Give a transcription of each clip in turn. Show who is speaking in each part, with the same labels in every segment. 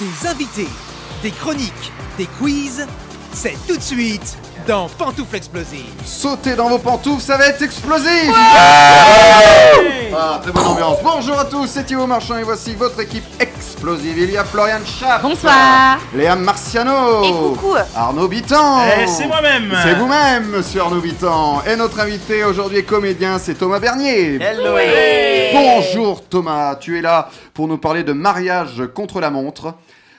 Speaker 1: des invités, des chroniques, des quiz. C'est tout de suite dans Pantoufles Explosives.
Speaker 2: Sautez dans vos pantoufles, ça va être explosif Ah, très bonne ambiance. Bonjour à tous, c'est Thibaut Marchand et voici votre équipe explosive. Il y a Florian Schaff.
Speaker 3: Bonsoir.
Speaker 2: Léa Marciano.
Speaker 3: Et coucou.
Speaker 2: Arnaud Bitan.
Speaker 4: Eh, c'est moi-même.
Speaker 2: C'est vous-même, monsieur Arnaud Bitan. Et notre invité aujourd'hui est comédien, c'est Thomas Bernier.
Speaker 4: Hello.
Speaker 2: Bonjour Thomas, tu es là pour nous parler de mariage contre la montre.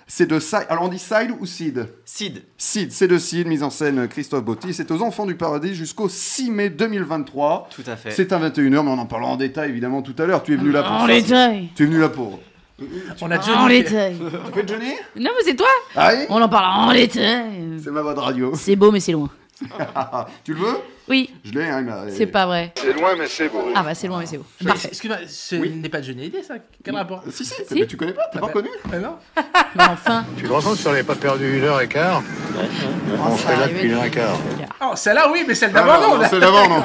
Speaker 2: C'est de Side. Alors on dit Side ou Sid
Speaker 4: Sid.
Speaker 2: Sid, c'est de Sid, mise en scène Christophe Botti. C'est aux Enfants du Paradis jusqu'au 6 mai 2023.
Speaker 4: Tout à fait.
Speaker 2: C'est à 21h, mais on en parlera en détail évidemment tout à l'heure. Tu es venu là pour. ça.
Speaker 3: détail.
Speaker 2: Tu es venu là pour.
Speaker 4: On a
Speaker 3: En détail.
Speaker 2: Tu fais Johnny
Speaker 3: Non, mais c'est toi.
Speaker 2: Ah oui
Speaker 3: On en parle en détail.
Speaker 2: C'est ma voix de radio.
Speaker 3: C'est beau, mais c'est loin.
Speaker 2: Ah, tu le veux
Speaker 3: Oui,
Speaker 2: Je l'ai, hein, il m'a-
Speaker 3: c'est pas vrai.
Speaker 5: C'est loin, mais c'est beau.
Speaker 3: Ah bah c'est loin, mais c'est beau.
Speaker 6: Mais
Speaker 3: Parfait.
Speaker 6: Excuse-moi, ce
Speaker 2: Oui.
Speaker 6: n'est pas de Johnny Hallyday, ça Quel rapport
Speaker 2: Si, si,
Speaker 3: Si. Bah,
Speaker 2: mais tu connais pas, t'as pas connu
Speaker 6: Ah non
Speaker 3: Mais Bah, enfin,
Speaker 5: Tu te rends compte si on n'avait pas perdu une heure et quart On serait là depuis une heure et quart.
Speaker 6: Oh, celle-là, oui, mais celle
Speaker 2: Ah,
Speaker 6: d'avant,
Speaker 2: non,
Speaker 6: non,
Speaker 2: non,
Speaker 6: là.
Speaker 2: c'est d'avant, non.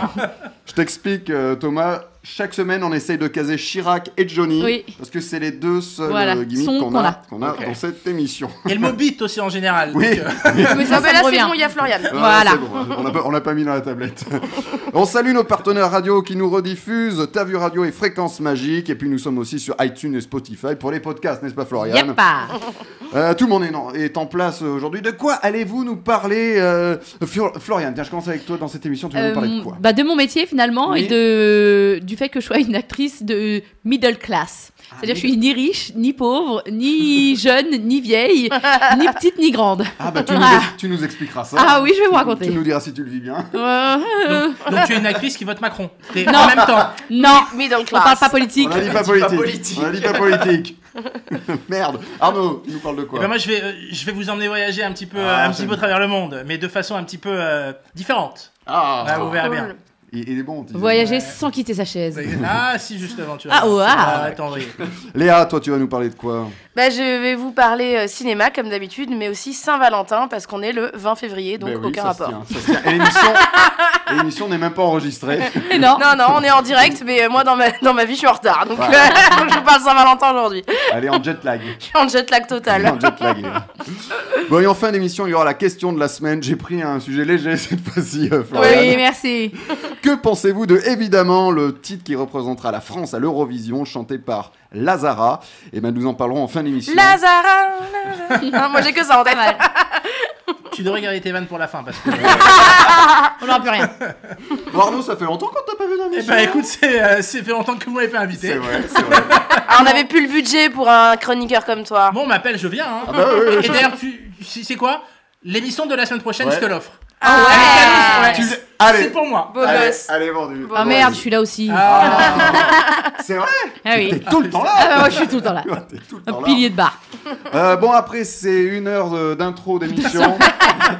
Speaker 2: Je t'explique, euh, Thomas. Chaque semaine, on essaye de caser Chirac et Johnny.
Speaker 3: Oui.
Speaker 2: Parce que c'est les deux seuls
Speaker 3: Voilà,
Speaker 2: euh, gimmicks
Speaker 3: sons
Speaker 2: qu'on
Speaker 3: qu'on
Speaker 2: a,
Speaker 3: a.
Speaker 2: qu'on a
Speaker 6: Ok.
Speaker 2: dans cette émission.
Speaker 6: Et le mot beat aussi en général.
Speaker 2: Oui.
Speaker 6: donc, euh,
Speaker 3: mais ça, ça
Speaker 7: Ah bah
Speaker 3: me
Speaker 7: là c'est
Speaker 3: revient.
Speaker 7: bon, il y a Florian.
Speaker 2: Ah,
Speaker 3: Voilà.
Speaker 2: c'est bon, on n'a pas- on l'a pas, mis dans la tablette. on salue nos partenaires radio qui nous rediffusent, Ta Vue Radio et Fréquence Magique. Et puis nous sommes aussi sur iTunes et Spotify pour les podcasts, n'est-ce pas Florian
Speaker 3: Yep. ah. pas.
Speaker 2: Euh, Tout le monde est, non- est en place euh, aujourd'hui. De quoi allez-vous nous parler euh, Fior- Florian, tiens, je commence avec toi dans cette émission. Tu vas nous parler de
Speaker 3: Euh,
Speaker 2: quoi
Speaker 3: bah, de mon métier finalement
Speaker 2: Oui.
Speaker 3: et de du fait que je sois une actrice de middle class. C'est-à-dire que je suis ni riche, ni pauvre, ni jeune, ni vieille, ni petite, ni grande.
Speaker 2: Ah bah tu nous,
Speaker 3: Ah.
Speaker 2: tu nous expliqueras ça.
Speaker 3: Ah oui, je vais vous
Speaker 2: Tu
Speaker 3: raconter.
Speaker 2: nous diras si tu le vis bien.
Speaker 3: Euh,
Speaker 6: donc tu es une actrice qui vote Macron. T'es en même temps.
Speaker 3: non,
Speaker 7: Middle
Speaker 3: on parle
Speaker 7: class.
Speaker 3: pas politique.
Speaker 2: On a dit pas
Speaker 4: dit pas
Speaker 2: politique.
Speaker 4: politique.
Speaker 2: On a dit pas politique. Merde. Arnaud, il nous parle de
Speaker 6: Eh
Speaker 2: quoi
Speaker 6: ben, moi, je vais, euh, je vais vous emmener voyager un petit peu,
Speaker 2: Ah,
Speaker 6: euh, un petit
Speaker 2: j'aime.
Speaker 6: peu à travers le monde, mais de façon un petit peu euh, différente.
Speaker 2: Ah,
Speaker 6: Ah, vous verrez bien.
Speaker 7: Cool.
Speaker 2: il, il est bon. on dit.
Speaker 3: Voyager sans quitter sa chaise.
Speaker 6: Ah, si, justement, tu
Speaker 3: Ah, ouais.
Speaker 6: attends, oui.
Speaker 2: Léa, toi, tu vas nous parler de quoi
Speaker 7: Bah, je vais vous parler euh, cinéma comme d'habitude, mais aussi Saint-Valentin parce qu'on est le 20 février, donc
Speaker 2: Ben oui,
Speaker 7: aucun
Speaker 2: ça se
Speaker 7: rapport.
Speaker 2: tient, ça se tient. Et l'émission, et l'émission n'est même pas enregistrée.
Speaker 3: Et non.
Speaker 7: Non, non, on est en direct, mais euh, moi dans ma, dans ma vie je suis en retard, donc
Speaker 2: Ouais.
Speaker 7: euh, je parle Saint-Valentin aujourd'hui.
Speaker 2: Elle est en jet lag.
Speaker 7: Je suis en jet lag
Speaker 2: Elle est
Speaker 7: total.
Speaker 2: en jet lag. Bon, et en fin d'émission, il y aura la question de la semaine. J'ai pris un sujet léger cette fois-ci, euh, Florian.
Speaker 3: Oui, merci.
Speaker 2: Que pensez-vous de évidemment le titre qui représentera la France à l'Eurovision, chanté par Lazara Et ben, nous en parlerons en fin d'émission.
Speaker 7: Lazara Lazara. Non, Moi j'ai que ça en tête.
Speaker 3: Pas mal.
Speaker 6: Tu devrais garder tes vannes pour la fin, parce que. euh,
Speaker 3: On n'aura plus rien.
Speaker 2: Bon, Arnaud, ça fait longtemps qu'on t'a pas vu dans
Speaker 6: Eh
Speaker 2: l'émission.
Speaker 6: ben, écoute, c'est euh, c'est fait longtemps que vous m'avez pas invité.
Speaker 2: C'est vrai, c'est vrai.
Speaker 7: Ah, on avait plus le budget pour un chroniqueur comme toi.
Speaker 6: Bon, on m'appelle, je viens. hein.
Speaker 2: Ah bah oui, oui,
Speaker 3: Eh
Speaker 2: oui.
Speaker 6: Et d'ailleurs, tu, si- c'est quoi L'émission de la semaine prochaine,
Speaker 2: Ouais.
Speaker 6: je te l'offre.
Speaker 7: Ah ouais.
Speaker 6: Tu-
Speaker 2: Allez,
Speaker 6: C'est pour moi.
Speaker 7: Beau
Speaker 2: allez,
Speaker 7: gosse.
Speaker 2: allez, vendu.
Speaker 3: Ah merde, je suis là aussi. Ah,
Speaker 6: Ah.
Speaker 2: C'est vrai,
Speaker 3: oui.
Speaker 2: t'es tout le temps
Speaker 3: Ah
Speaker 2: là.
Speaker 3: bah, moi, je suis tout le temps là.
Speaker 2: Ouais, T'es tout le
Speaker 3: Un
Speaker 2: temps là.
Speaker 3: pilier de bar.
Speaker 2: Euh, bon, après, c'est une heure euh, d'intro d'émission.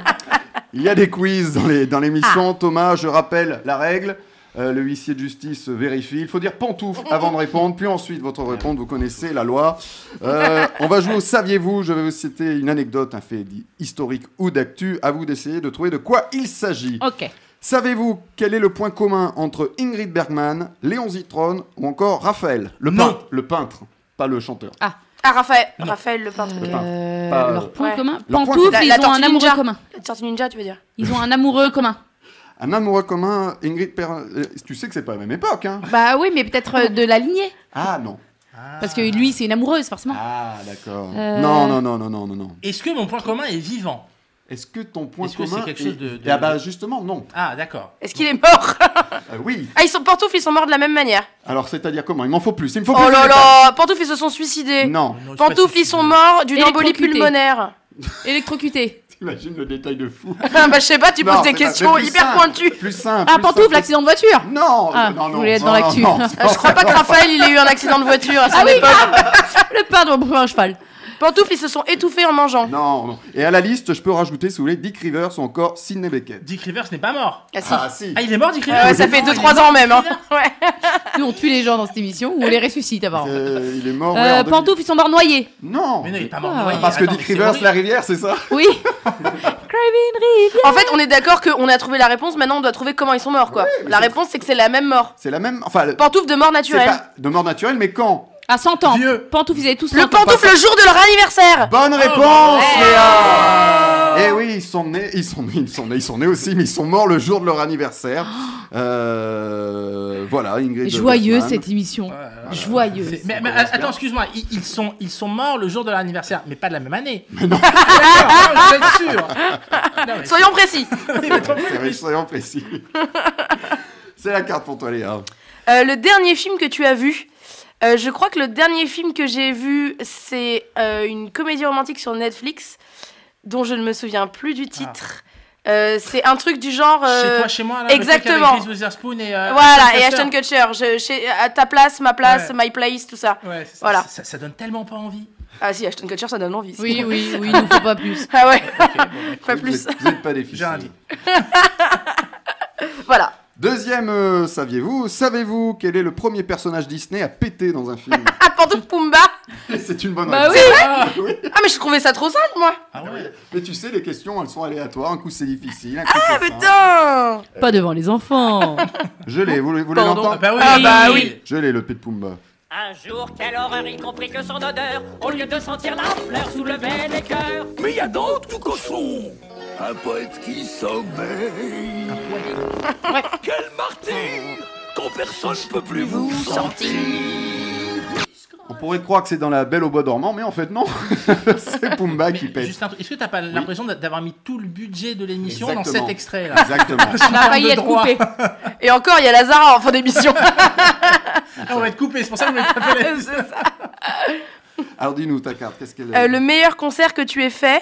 Speaker 2: Il y a des quiz dans les- dans
Speaker 3: Ah.
Speaker 2: l'émission. Thomas, je rappelle la règle. Euh, le huissier de justice vérifie. Il faut dire pantoufle avant de répondre, puis ensuite votre réponse. Vous connaissez la loi. Euh, on va jouer au saviez-vous. Je vais vous citer une anecdote, un fait dit historique ou d'actu. À vous d'essayer de trouver de quoi il s'agit.
Speaker 3: Ok.
Speaker 2: Savez-vous quel est le point commun entre Ingrid Bergman, Léon Zitrone ou encore Raphaël Le
Speaker 6: Non.
Speaker 2: peintre. Le peintre, pas le chanteur.
Speaker 7: Ah, Raphaël, Raphaël le peintre.
Speaker 2: pas-
Speaker 3: Euh,
Speaker 2: pas-
Speaker 3: leur point
Speaker 7: Ouais.
Speaker 3: commun.
Speaker 2: Leur point
Speaker 3: Pantoufles,
Speaker 7: commun.
Speaker 3: ils
Speaker 7: La- la
Speaker 3: ont un
Speaker 7: tortue
Speaker 3: amoureux
Speaker 7: ninja.
Speaker 3: commun.
Speaker 7: Sortie ninja, tu veux dire
Speaker 3: Ils ont un amoureux commun.
Speaker 2: Un amoureux commun, Ingrid Per... euh, Tu sais que c'est pas la même époque, hein
Speaker 3: Bah oui, mais peut-être euh, de la lignée.
Speaker 2: Ah non.
Speaker 3: Parce que lui, c'est une amoureuse, forcément.
Speaker 2: Ah d'accord.
Speaker 3: Euh.
Speaker 2: Non, non, non, non, non, non, non.
Speaker 6: Est-ce que mon point commun est vivant
Speaker 2: Est-ce que ton point
Speaker 6: Est-ce que
Speaker 2: commun...
Speaker 6: c'est quelque chose de- de-
Speaker 2: Ah bah justement, non.
Speaker 6: Ah, d'accord.
Speaker 7: Est-ce qu'il est mort
Speaker 2: Euh, oui.
Speaker 7: Ah, ils sont pantoufles, ils sont morts de la même manière.
Speaker 2: Alors c'est-à-dire comment Il m'en faut plus. Il me faut plus.
Speaker 7: Oh
Speaker 2: de
Speaker 7: là
Speaker 2: détails.
Speaker 7: là, pantoufles, ils se sont suicidés.
Speaker 2: Non.
Speaker 6: Non, je sais pas
Speaker 7: Pantoufles,
Speaker 6: si-
Speaker 7: ils sont morts d'une embolie
Speaker 3: Électrocutés.
Speaker 7: pulmonaire.
Speaker 3: Électrocuté.
Speaker 2: T'imagines le détail de fou.
Speaker 7: Ah bah, je sais pas, tu
Speaker 2: Non,
Speaker 7: poses des
Speaker 2: c'est pas-
Speaker 7: questions
Speaker 2: c'est plus
Speaker 7: hyper
Speaker 2: simple,
Speaker 7: pointues.
Speaker 2: Plus simple.
Speaker 3: Ah,
Speaker 2: plus
Speaker 3: pantoufle,
Speaker 2: simple.
Speaker 3: accident de voiture
Speaker 2: Non,
Speaker 3: Ah,
Speaker 2: non, non,
Speaker 3: je voulais être
Speaker 2: non,
Speaker 3: dans l'actu.
Speaker 2: non, non,
Speaker 7: Ah, je crois pas que Raphaël, il ait eu un accident de voiture à son
Speaker 3: Ah oui,
Speaker 7: époque.
Speaker 3: Le peintre pour un cheval.
Speaker 7: Pantoufles, ils se sont étouffés en mangeant.
Speaker 2: Non, non. Et à la liste, je peux rajouter, si vous voulez, Dick Rivers ou encore Sidney Beckett.
Speaker 6: Dick Rivers n'est pas mort.
Speaker 7: Ah si.
Speaker 2: Ah si.
Speaker 6: Ah, il est mort, Dick Rivers
Speaker 7: Ah ouais, ça fait 2-3 ans même. Hein. Ouais.
Speaker 3: Nous, on tue les gens dans cette émission ou on les ressuscite avant. Euh,
Speaker 2: Euh, il est mort. ouais, en 2000.
Speaker 3: Pantoufles, ils sont morts noyés.
Speaker 2: Non.
Speaker 6: Mais non, il est pas
Speaker 3: Ah.
Speaker 6: mort. Ouais,
Speaker 2: Parce que
Speaker 6: attends,
Speaker 2: Dick
Speaker 6: mais c'est
Speaker 2: Rivers,
Speaker 6: horrible.
Speaker 2: la rivière, c'est ça
Speaker 3: Oui. Craving Reef.
Speaker 7: En fait, on est d'accord qu'on a trouvé la réponse, maintenant on doit trouver comment ils sont morts quoi.
Speaker 2: mais
Speaker 7: la
Speaker 2: c'est-
Speaker 7: réponse, c'est que c'est la même mort.
Speaker 2: C'est la même. Enfin, le-
Speaker 7: Pantoufles de mort
Speaker 2: c'est
Speaker 7: naturelle.
Speaker 2: pas de mort naturelle, mais quand
Speaker 3: À 100 ans.
Speaker 6: Vieux.
Speaker 3: Pantouf, ils avaient tous 100
Speaker 7: Le
Speaker 3: ans.
Speaker 7: pantoufle le jour de leur anniversaire
Speaker 6: Oh,
Speaker 2: Bonne réponse, Léa Eh oui, ils sont nés, ils sont nés, ils sont nés, ils sont nés aussi, mais ils sont morts le jour de leur anniversaire. Euh, voilà, Ingrid.
Speaker 3: Joyeuse
Speaker 2: Bergman.
Speaker 3: cette émission.
Speaker 6: Ouais,
Speaker 3: Joyeuse.
Speaker 6: C'est- Mais, mais,
Speaker 2: espère.
Speaker 6: attends, excuse-moi, ils, ils sont, ils sont morts le jour de leur anniversaire, mais pas de la même année. D'accord, non, je suis sûr. Non, mais-
Speaker 7: Soyons précis
Speaker 2: C'est vrai, soyons précis. C'est la carte pour toi, Léa.
Speaker 7: Euh, Le dernier film que tu as vu euh, je crois que le dernier film que j'ai vu, c'est euh, une comédie romantique sur Netflix, dont je ne me souviens plus du titre. Euh, c'est un truc du genre.
Speaker 6: Ah. Chez
Speaker 7: euh,
Speaker 6: toi, chez moi, là, le truc
Speaker 7: exactement.
Speaker 6: avec Reese Witherspoon et. euh,
Speaker 7: voilà,
Speaker 6: Ashton
Speaker 7: et
Speaker 6: Kutcher.
Speaker 7: Ashton Kutcher. Je, chez- à ta place, ma place,
Speaker 6: Ouais.
Speaker 7: my place, tout ça.
Speaker 6: Ouais, c'est ça,
Speaker 7: Voilà.
Speaker 6: ça, ça donne tellement pas envie.
Speaker 7: Ah si, Ashton Kutcher, ça donne envie. ça.
Speaker 3: Oui, oui, oui, il ne faut pas plus.
Speaker 7: Ah ouais,
Speaker 6: Ok, bon, bah,
Speaker 7: pas
Speaker 2: Vous
Speaker 7: plus.
Speaker 2: êtes- Vous n'êtes pas des fils.
Speaker 6: J'ai un lit.
Speaker 7: Voilà.
Speaker 2: Deuxième, euh, saviez-vous, savez-vous quel est le premier personnage Disney à péter dans un film
Speaker 7: Ah, Pantouf Pumba
Speaker 2: C'est une bonne
Speaker 3: Bah
Speaker 2: réponse.
Speaker 3: oui,
Speaker 7: Ah, mais je trouvais ça trop sale, moi
Speaker 6: Ah ouais.
Speaker 2: Mais tu sais, les questions, elles sont aléatoires. Un coup, c'est difficile. Un coup,
Speaker 7: Ah,
Speaker 2: c'est simple.
Speaker 7: putain
Speaker 3: pas devant les enfants.
Speaker 2: Je l'ai. Vous voulez vous voulez
Speaker 7: Pardon.
Speaker 2: l'entendre
Speaker 6: bah oui.
Speaker 7: Ah bah oui.
Speaker 2: Je l'ai, le pet de Pumba.
Speaker 8: Un jour, quelle horreur, y compris que son odeur, au lieu de sentir la fleur, soulevait les cœurs.
Speaker 9: Mais y a donc tout cochon Un poète qui sommeille Quel martyr Quand personne peut plus vous sentir
Speaker 2: On pourrait croire que c'est dans la Belle au bois dormant, mais en fait, non. c'est Pumba qui
Speaker 6: Mais
Speaker 2: pète.
Speaker 6: juste un truc, est-ce que t'as pas l'impression d'a- d'avoir mis tout le budget de l'émission dans
Speaker 2: Exactement.
Speaker 6: cet extrait là
Speaker 2: Exactement.
Speaker 3: On a failli être coupé.
Speaker 7: Et encore, il y a Lazara en fin d'émission.
Speaker 6: Ah, on va être coupé, c'est pour ça que vous m'avez tapé la liste.
Speaker 2: Alors, dis-nous ta carte. Qu'est-ce qu'elle
Speaker 7: Euh, le meilleur concert que tu aies fait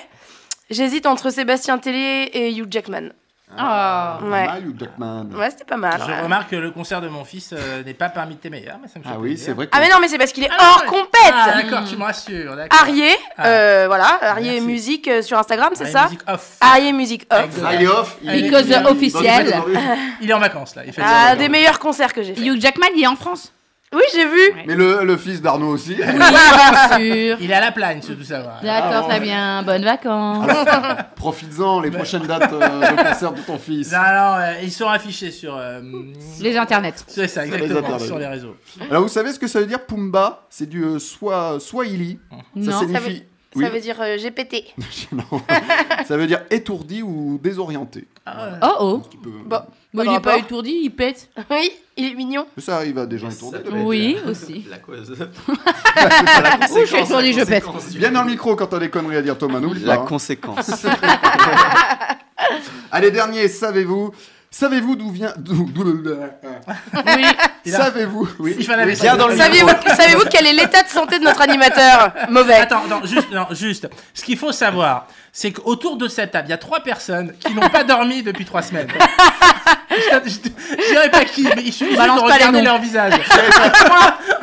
Speaker 7: J'hésite entre Sébastien Tellier et Hugh Jackman.
Speaker 3: Ah.
Speaker 7: Ouais,
Speaker 2: Pumba ou Jackman
Speaker 7: ouais c'était pas mal.
Speaker 6: Je
Speaker 7: ouais.
Speaker 6: remarque que le concert de mon fils euh, n'est pas parmi tes meilleurs, mais ça me fait
Speaker 2: Ah oui,
Speaker 6: plaisir.
Speaker 2: c'est vrai que.
Speaker 7: Ah, mais non, mais c'est parce qu'il est
Speaker 6: Ah,
Speaker 7: hors
Speaker 6: ouais. Ah,
Speaker 7: compète
Speaker 6: d'accord, tu me rassures. d'accord.
Speaker 7: Arié,
Speaker 6: Ah.
Speaker 7: euh, voilà, Arié
Speaker 6: Merci.
Speaker 7: Musique euh, sur Instagram, c'est
Speaker 6: Arié
Speaker 7: ça
Speaker 6: Music Off.
Speaker 3: Ah.
Speaker 7: Arié Musique Off.
Speaker 6: Avec de la-
Speaker 2: Allez, off. il est-
Speaker 6: Because
Speaker 2: il est-
Speaker 3: officiel.
Speaker 2: il est dans les rues.
Speaker 6: Il est en vacances là. Il fait
Speaker 7: Ah, des meilleurs concerts que j'ai fait.
Speaker 3: Hugh Jackman, il est en France.
Speaker 7: Oui, j'ai vu.
Speaker 2: Mais le, le fils d'Arnaud aussi.
Speaker 3: Oui,
Speaker 7: Ah,
Speaker 3: bien sûr.
Speaker 6: Il est à la plagne, c'est tout ça.
Speaker 2: Ah,
Speaker 3: D'accord, très
Speaker 2: bon.
Speaker 3: bien. Bonnes vacances.
Speaker 2: Profites-en, les prochaines dates euh, de concert de ton fils.
Speaker 6: Non, non, euh, ils sont affichés sur. euh,
Speaker 3: Les internets.
Speaker 6: C'est ça,
Speaker 2: les
Speaker 6: exactement,
Speaker 2: internets.
Speaker 6: sur les réseaux.
Speaker 2: Alors, vous savez ce que ça veut dire Pumba C'est du euh, swa- Swahili. Ça
Speaker 3: Non.
Speaker 2: signifie.
Speaker 7: Ça veut-
Speaker 2: Oui.
Speaker 7: Ça veut dire euh, j'ai pété.
Speaker 2: Non. ça veut dire étourdi ou désorienté.
Speaker 3: Oh oh.
Speaker 2: Qui peut-
Speaker 7: Bon.
Speaker 3: Bon, il
Speaker 7: Pas de
Speaker 3: est pas
Speaker 7: euh, rapport.
Speaker 3: étourdi, il pète.
Speaker 7: Oui, il est mignon.
Speaker 2: Ça arrive à des gens étourdis. de l'être.
Speaker 3: Oui, aussi.
Speaker 10: La cause.
Speaker 3: Ouh, je suis étourdi, je pète.
Speaker 2: Bien dans le micro quand t'as des conneries à dire, Thomas. N'oublie
Speaker 10: La
Speaker 2: pas, hein.
Speaker 10: conséquence.
Speaker 2: Allez, dernier, savez-vous Savez-vous d'où vient. d'où- d'où-
Speaker 3: Oui.
Speaker 2: Savez-vous Oui.
Speaker 6: Il fallait
Speaker 2: Oui.
Speaker 6: mettre ça.
Speaker 10: dans le
Speaker 7: Saviez-vous savez-vous quel est l'état de santé de notre animateur Mauvais.
Speaker 6: Attends, attends, juste, non, juste. Ce qu'il faut savoir, c'est qu'autour de cette table, il y a trois personnes qui n'ont pas dormi depuis trois semaines. je, je- je dirais pas qui, mais il suffit juste
Speaker 3: Balance
Speaker 6: de
Speaker 3: pas les
Speaker 6: regarder
Speaker 3: noms.
Speaker 6: leur visage.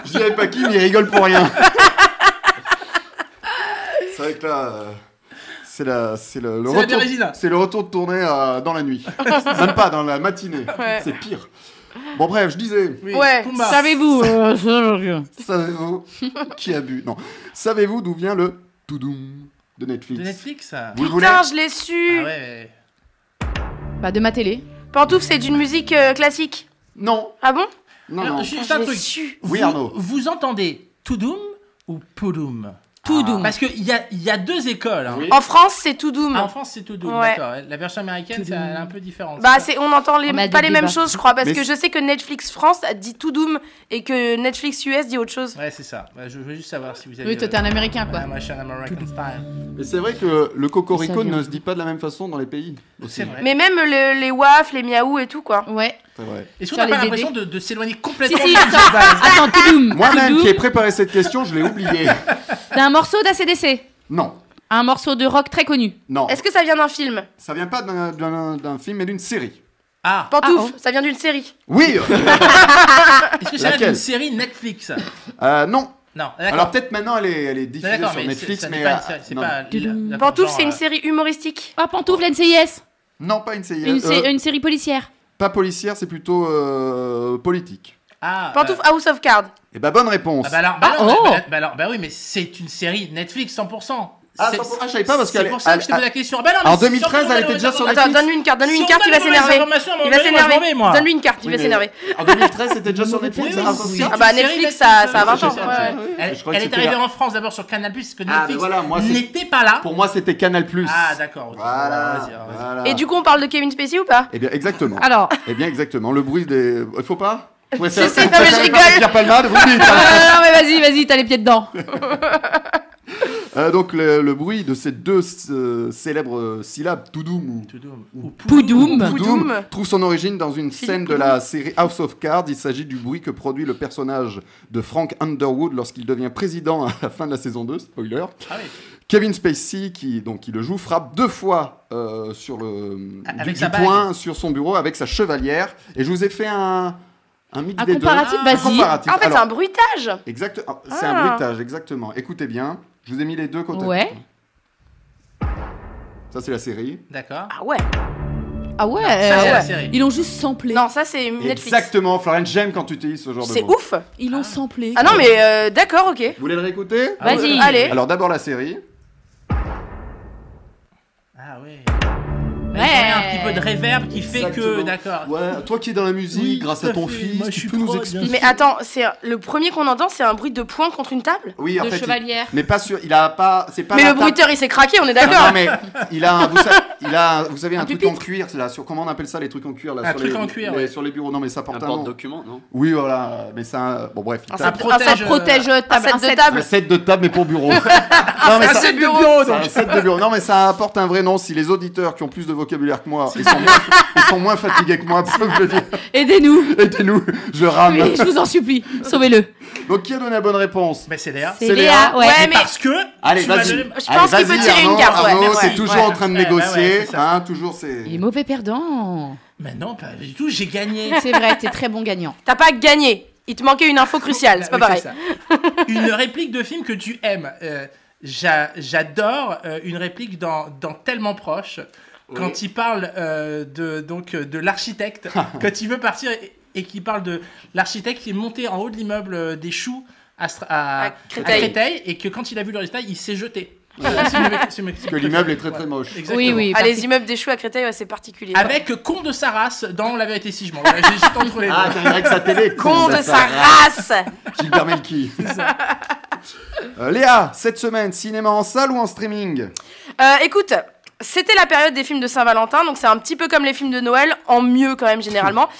Speaker 2: Je dirais pas qui, mais il rigole pour rien. c'est vrai que là. euh, C'est la, c'est le, le
Speaker 6: C'est la
Speaker 2: retour,
Speaker 6: Bérésina.
Speaker 2: c'est le retour de tournée euh, dans la nuit, même pas dans la matinée,
Speaker 7: Ouais.
Speaker 2: c'est pire. Bon bref, je disais,
Speaker 6: Oui,
Speaker 7: Ouais,
Speaker 6: Pumba.
Speaker 3: Savez-vous euh, ça,
Speaker 2: savez-vous qui a bu Non, savez-vous d'où vient le toudoum de Netflix
Speaker 6: De Netflix ça.
Speaker 2: Vous le voulez
Speaker 7: Putain, je l'ai
Speaker 6: Ah
Speaker 7: su.
Speaker 6: ouais.
Speaker 3: je- Bah de ma télé.
Speaker 7: Pantouf, c'est d'une musique euh, classique.
Speaker 2: Non,
Speaker 7: Ah bon
Speaker 2: non,
Speaker 6: Alors,
Speaker 2: non.
Speaker 6: juste
Speaker 7: Je
Speaker 6: un
Speaker 7: l'ai
Speaker 6: truc.
Speaker 7: su.
Speaker 2: Oui,
Speaker 6: Vous-
Speaker 2: Arnaud.
Speaker 6: Vous entendez Toudoum ou Poudoum
Speaker 3: Toudoum.
Speaker 6: Parce qu'il y a, il y a deux écoles. hein.
Speaker 2: Oui.
Speaker 7: En France, c'est tout doom.
Speaker 6: Ah, en France, c'est Toudoum.
Speaker 7: Ouais.
Speaker 6: D'accord. La version américaine, c'est
Speaker 3: Toudoum.
Speaker 6: un peu différente.
Speaker 7: Bah,
Speaker 6: ça
Speaker 7: c'est, on entend les,
Speaker 3: On a
Speaker 7: pas
Speaker 3: des
Speaker 7: les mêmes
Speaker 3: débats.
Speaker 7: choses, je crois, parce
Speaker 2: Mais
Speaker 7: que je sais que Netflix France dit tout doom et que Netflix US dit autre chose.
Speaker 6: Ouais, c'est ça. Bah, je veux juste savoir si vous avez.
Speaker 7: euh,
Speaker 3: Oui, toi t'es un américain quoi.
Speaker 6: Ouais, moi, je suis un American style.
Speaker 2: Mais c'est vrai que le
Speaker 3: Ça
Speaker 2: cocorico
Speaker 3: vient.
Speaker 2: ne se dit pas de la même façon dans les pays. aussi.
Speaker 6: C'est vrai.
Speaker 7: Mais même le- les wafs, les miaou et tout, quoi.
Speaker 3: Ouais.
Speaker 2: C'est vrai.
Speaker 6: Est-ce qu'on
Speaker 3: Sur
Speaker 6: n'a pas
Speaker 3: les
Speaker 6: l'impression de, de s'éloigner complètement
Speaker 3: Si, si,
Speaker 6: de la base
Speaker 3: Attends, Toudoum.
Speaker 2: Moi-même
Speaker 3: Toudoum,
Speaker 2: qui ai préparé cette question, je l'ai oublié.
Speaker 3: T'as un morceau d'ACDC.
Speaker 2: Non,
Speaker 3: Un morceau de rock très connu.
Speaker 2: non.
Speaker 7: Est-ce que ça vient d'un film
Speaker 2: Ça vient pas d'un- d'un d'un film, mais d'une série.
Speaker 6: Ah,
Speaker 7: Pantouf,
Speaker 3: Ah,
Speaker 7: ça vient d'une série.
Speaker 2: Oui euh,
Speaker 6: est-ce que c'est
Speaker 2: Laquelle
Speaker 6: une série Netflix
Speaker 2: euh, Non.
Speaker 6: Non, d'accord.
Speaker 2: Alors peut-être maintenant elle est, elle est diffusée
Speaker 6: D'accord,
Speaker 2: sur
Speaker 6: mais c'est-
Speaker 2: Netflix,
Speaker 6: ça n'est
Speaker 2: mais...
Speaker 6: pas
Speaker 2: euh,
Speaker 6: une série, c'est
Speaker 2: non.
Speaker 6: pas
Speaker 3: Toudoum.
Speaker 6: la- la-
Speaker 7: Pantouf,
Speaker 6: genre,
Speaker 7: c'est une
Speaker 6: euh,
Speaker 7: série humoristique.
Speaker 3: Ah, Pantouf, la NCIS.
Speaker 2: Non, pas une série.
Speaker 3: Une, sé-
Speaker 2: Oh. euh,
Speaker 3: une série policière.
Speaker 2: Pas policière, c'est plutôt euh, politique.
Speaker 6: Ah,
Speaker 7: Pantouf,
Speaker 6: euh,
Speaker 7: House of Cards.
Speaker 2: Et bah bonne réponse.
Speaker 6: Ah bah alors, bah,
Speaker 3: Ah,
Speaker 6: non,
Speaker 3: oh
Speaker 6: bah- bah alors, bah oui, mais c'est une série Netflix 100%.
Speaker 2: Ah,
Speaker 6: c'est-
Speaker 2: 100%, ah, je savais pas parce
Speaker 6: C'est
Speaker 2: qu'elle.
Speaker 6: pour ça que je te
Speaker 2: elle-
Speaker 6: pose la question. Bah non, mais
Speaker 2: En
Speaker 6: si- si on
Speaker 2: 2013,
Speaker 6: me donne
Speaker 2: elle était
Speaker 6: les
Speaker 2: déjà sur
Speaker 6: informations-
Speaker 7: Attends, donne-lui une carte, donne-lui une
Speaker 6: Si on
Speaker 7: carte, il
Speaker 6: me
Speaker 7: va
Speaker 6: donne les
Speaker 7: s'énerver.
Speaker 6: informations, à un
Speaker 7: Il
Speaker 6: moment
Speaker 7: va
Speaker 6: donné, moi, je m'en
Speaker 7: s'énerver.
Speaker 6: vais, moi.
Speaker 7: Donne-lui une carte, il
Speaker 2: Oui,
Speaker 7: va
Speaker 2: mais-
Speaker 7: s'énerver.
Speaker 2: En 2013, c'était déjà sur Netflix.
Speaker 6: Oui,
Speaker 2: ah,
Speaker 6: oui,
Speaker 2: ça,
Speaker 6: oui.
Speaker 2: ça,
Speaker 7: Ah bah,
Speaker 6: C'est une série
Speaker 7: Netflix,
Speaker 6: Netflix,
Speaker 7: ça- ça a
Speaker 6: euh,
Speaker 7: 20 ans,
Speaker 6: c'est ça,
Speaker 7: ouais.
Speaker 6: c'est ça. Elle,
Speaker 2: Je crois que
Speaker 6: elle est
Speaker 2: c'était
Speaker 6: arrivée
Speaker 2: là.
Speaker 6: en France d'abord sur Canal parce que
Speaker 2: mais
Speaker 6: Netflix
Speaker 2: Ah, ben voilà, moi, c'est-
Speaker 6: n'était pas là.
Speaker 2: Pour moi, c'était Canal+.
Speaker 6: Ah d'accord. ok.
Speaker 2: Voilà.
Speaker 6: Vas-y, alors, vas-y.
Speaker 2: voilà.
Speaker 7: Et du coup, on parle de Kevin Spacey ou pas
Speaker 2: Eh bien, exactement.
Speaker 3: Alors,
Speaker 2: Eh bien, exactement. Le bruit des. Il faut pas Ouais,
Speaker 7: Si, si, non, mais je rigole.
Speaker 2: Pierre Palmade, vous dites, hein.
Speaker 3: ah, non, mais vas-y, vas-y, t'as les pieds dedans.
Speaker 2: Euh, donc, le, le bruit de ces deux euh, célèbres syllabes, Toudoum ou
Speaker 6: Tout doux. Ou pou-
Speaker 3: Poudoum.
Speaker 2: Poudoum
Speaker 7: Poudoum.
Speaker 2: trouve son origine dans une
Speaker 3: Philippe
Speaker 2: scène de la série House of Cards. Il s'agit du bruit que produit le personnage de Frank Underwood lorsqu'il devient président à la fin de la saison 2, spoiler.
Speaker 6: Ah oui.
Speaker 2: Kevin Spacey, qui, donc, qui le joue, frappe deux fois euh, sur le,
Speaker 6: Avec
Speaker 2: du,
Speaker 6: sa
Speaker 2: du
Speaker 6: bague.
Speaker 2: poing sur son bureau avec sa chevalière. Et je vous ai fait un, un mix
Speaker 3: Un
Speaker 2: des deux.
Speaker 3: comparatif,
Speaker 6: Ah,
Speaker 2: Un
Speaker 3: vas-y.
Speaker 2: comparatif.
Speaker 7: Ah, En fait, c'est
Speaker 2: Alors,
Speaker 7: un bruitage.
Speaker 2: exact- ah, c'est un
Speaker 7: Ah.
Speaker 2: bruitage, exactement. Écoutez bien, je vous ai mis les deux côtés.
Speaker 3: Ouais.
Speaker 2: Ça, c'est la série.
Speaker 6: D'accord.
Speaker 7: Ah ouais.
Speaker 3: Ah ouais,
Speaker 6: Ça, c'est
Speaker 3: euh,
Speaker 6: la
Speaker 3: ouais.
Speaker 6: série.
Speaker 3: ils l'ont juste samplé.
Speaker 7: Non, ça c'est Netflix.
Speaker 2: Exactement, Florence, j'aime quand tu utilises ce genre de
Speaker 7: C'est
Speaker 2: mots.
Speaker 7: ouf.
Speaker 3: Ils l'ont samplé.
Speaker 7: Ah non, mais euh, d'accord, ok.
Speaker 2: Vous voulez le réécouter
Speaker 6: Ah
Speaker 3: Vas-y.
Speaker 6: ouais.
Speaker 7: Allez.
Speaker 2: Alors d'abord la série.
Speaker 6: Ah ouais. Bah,
Speaker 3: Ouais.
Speaker 6: Il y a un petit peu de reverb qui fait que
Speaker 2: Exactement.
Speaker 6: d'accord.
Speaker 2: Ouais, toi qui es dans la musique,
Speaker 6: Oui,
Speaker 2: grâce
Speaker 6: tout
Speaker 2: à
Speaker 6: à
Speaker 2: ton
Speaker 6: fait.
Speaker 2: fils,
Speaker 6: Moi, je
Speaker 2: tu
Speaker 6: suis
Speaker 2: peux nous
Speaker 6: prod,
Speaker 2: expliquer.
Speaker 7: Mais attends, c'est le premier qu'on entend, c'est un bruit de poing contre une table
Speaker 2: Oui, en
Speaker 3: de
Speaker 2: fait, il-
Speaker 3: chevalière.
Speaker 2: mais pas sûr, il a pas, c'est pas
Speaker 7: Mais
Speaker 2: la
Speaker 7: le
Speaker 2: table.
Speaker 7: bruiteur, il s'est craqué, on
Speaker 2: Non,
Speaker 7: est d'accord.
Speaker 2: non, mais il a, un, vous savez, il a, un- vous savez, un,
Speaker 3: Un
Speaker 2: truc en cuir, c'est là, sur comment on appelle ça les trucs en cuir là,
Speaker 6: Un
Speaker 2: sur
Speaker 6: truc
Speaker 2: les,
Speaker 6: en cuir,
Speaker 2: les-
Speaker 6: ouais.
Speaker 2: sur les bureaux. Non, mais ça porte
Speaker 10: Un
Speaker 2: un nom.
Speaker 10: porte-document, non
Speaker 2: Oui, voilà, mais c'est un, bon bref, il
Speaker 7: Un
Speaker 2: tape.
Speaker 7: set-
Speaker 6: protège,
Speaker 7: un set
Speaker 6: euh,
Speaker 3: Protège table,
Speaker 7: un set
Speaker 3: un
Speaker 7: de
Speaker 3: set-
Speaker 7: table.
Speaker 2: un set de table mais pour bureau. non, mais
Speaker 6: Ah,
Speaker 7: Un
Speaker 2: ça-
Speaker 7: set de bureau,
Speaker 2: C'est un set de bureau. Non, mais ça apporte un vrai nom. Si les auditeurs qui ont plus de vocabulaire que moi, ils sont moins, ils sont moins fatigués que moi, peuvent le dire.
Speaker 3: Aidez-nous.
Speaker 2: Aidez-nous, je rame.
Speaker 3: Oui, je vous en supplie. Sauvez-le.
Speaker 2: Donc, qui a donné la bonne réponse
Speaker 6: Mais c'est d'ailleurs.
Speaker 2: C'est Léa.
Speaker 3: Ouais.
Speaker 7: Ouais,
Speaker 6: Mais
Speaker 7: mais
Speaker 6: parce que.
Speaker 2: Allez,
Speaker 6: tu m'as
Speaker 2: vas-y.
Speaker 6: donné- Ah,
Speaker 7: Je pense
Speaker 2: Allez,
Speaker 7: qu'il peut
Speaker 2: vas-y,
Speaker 7: tirer une
Speaker 2: Arnaud,
Speaker 7: carte, ouais,
Speaker 2: Arnaud,
Speaker 7: mais
Speaker 2: c'est
Speaker 7: ouais.
Speaker 2: toujours
Speaker 6: Ouais,
Speaker 2: en train de
Speaker 6: ouais, bah
Speaker 2: négocier.
Speaker 6: ouais, c'est ça.
Speaker 2: hein, toujours c'est.
Speaker 3: Il est mauvais perdant.
Speaker 6: Mais non, pas du tout. J'ai gagné.
Speaker 3: C'est vrai, t'es très bon gagnant.
Speaker 7: t'as pas gagné. Il te manquait une info cruciale, c'est pas
Speaker 6: Oui,
Speaker 7: pareil.
Speaker 6: ça. Une réplique de film que tu aimes. Euh, j'a- J'adore euh, une réplique dans, dans Tellement Proche, quand il parle euh, de, donc, euh, de l'architecte, quand il veut partir et, et qu'il parle de l'architecte qui est monté en haut de l'immeuble euh, des choux à, Stra- à-
Speaker 7: À Créteil.
Speaker 6: à et que quand il a vu le résultat, il s'est jeté. Parce
Speaker 2: Que l'immeuble est très très moche.
Speaker 3: Oui, oui.
Speaker 7: Ah,
Speaker 3: parti-
Speaker 7: les immeubles des choux à Créteil, ouais, c'est particulier.
Speaker 6: Avec con de sa race dans La vérité si je mens. Voilà, J'hésite entre les deux.
Speaker 2: Ah, t'as avec sa télé.
Speaker 7: con de sa race.
Speaker 2: Gilbert Melki. Euh, Léa, cette semaine, cinéma en salle ou en streaming
Speaker 7: Euh, écoute, c'était la période des films de Saint-Valentin, donc c'est un petit peu comme les films de Noël, en mieux quand même généralement.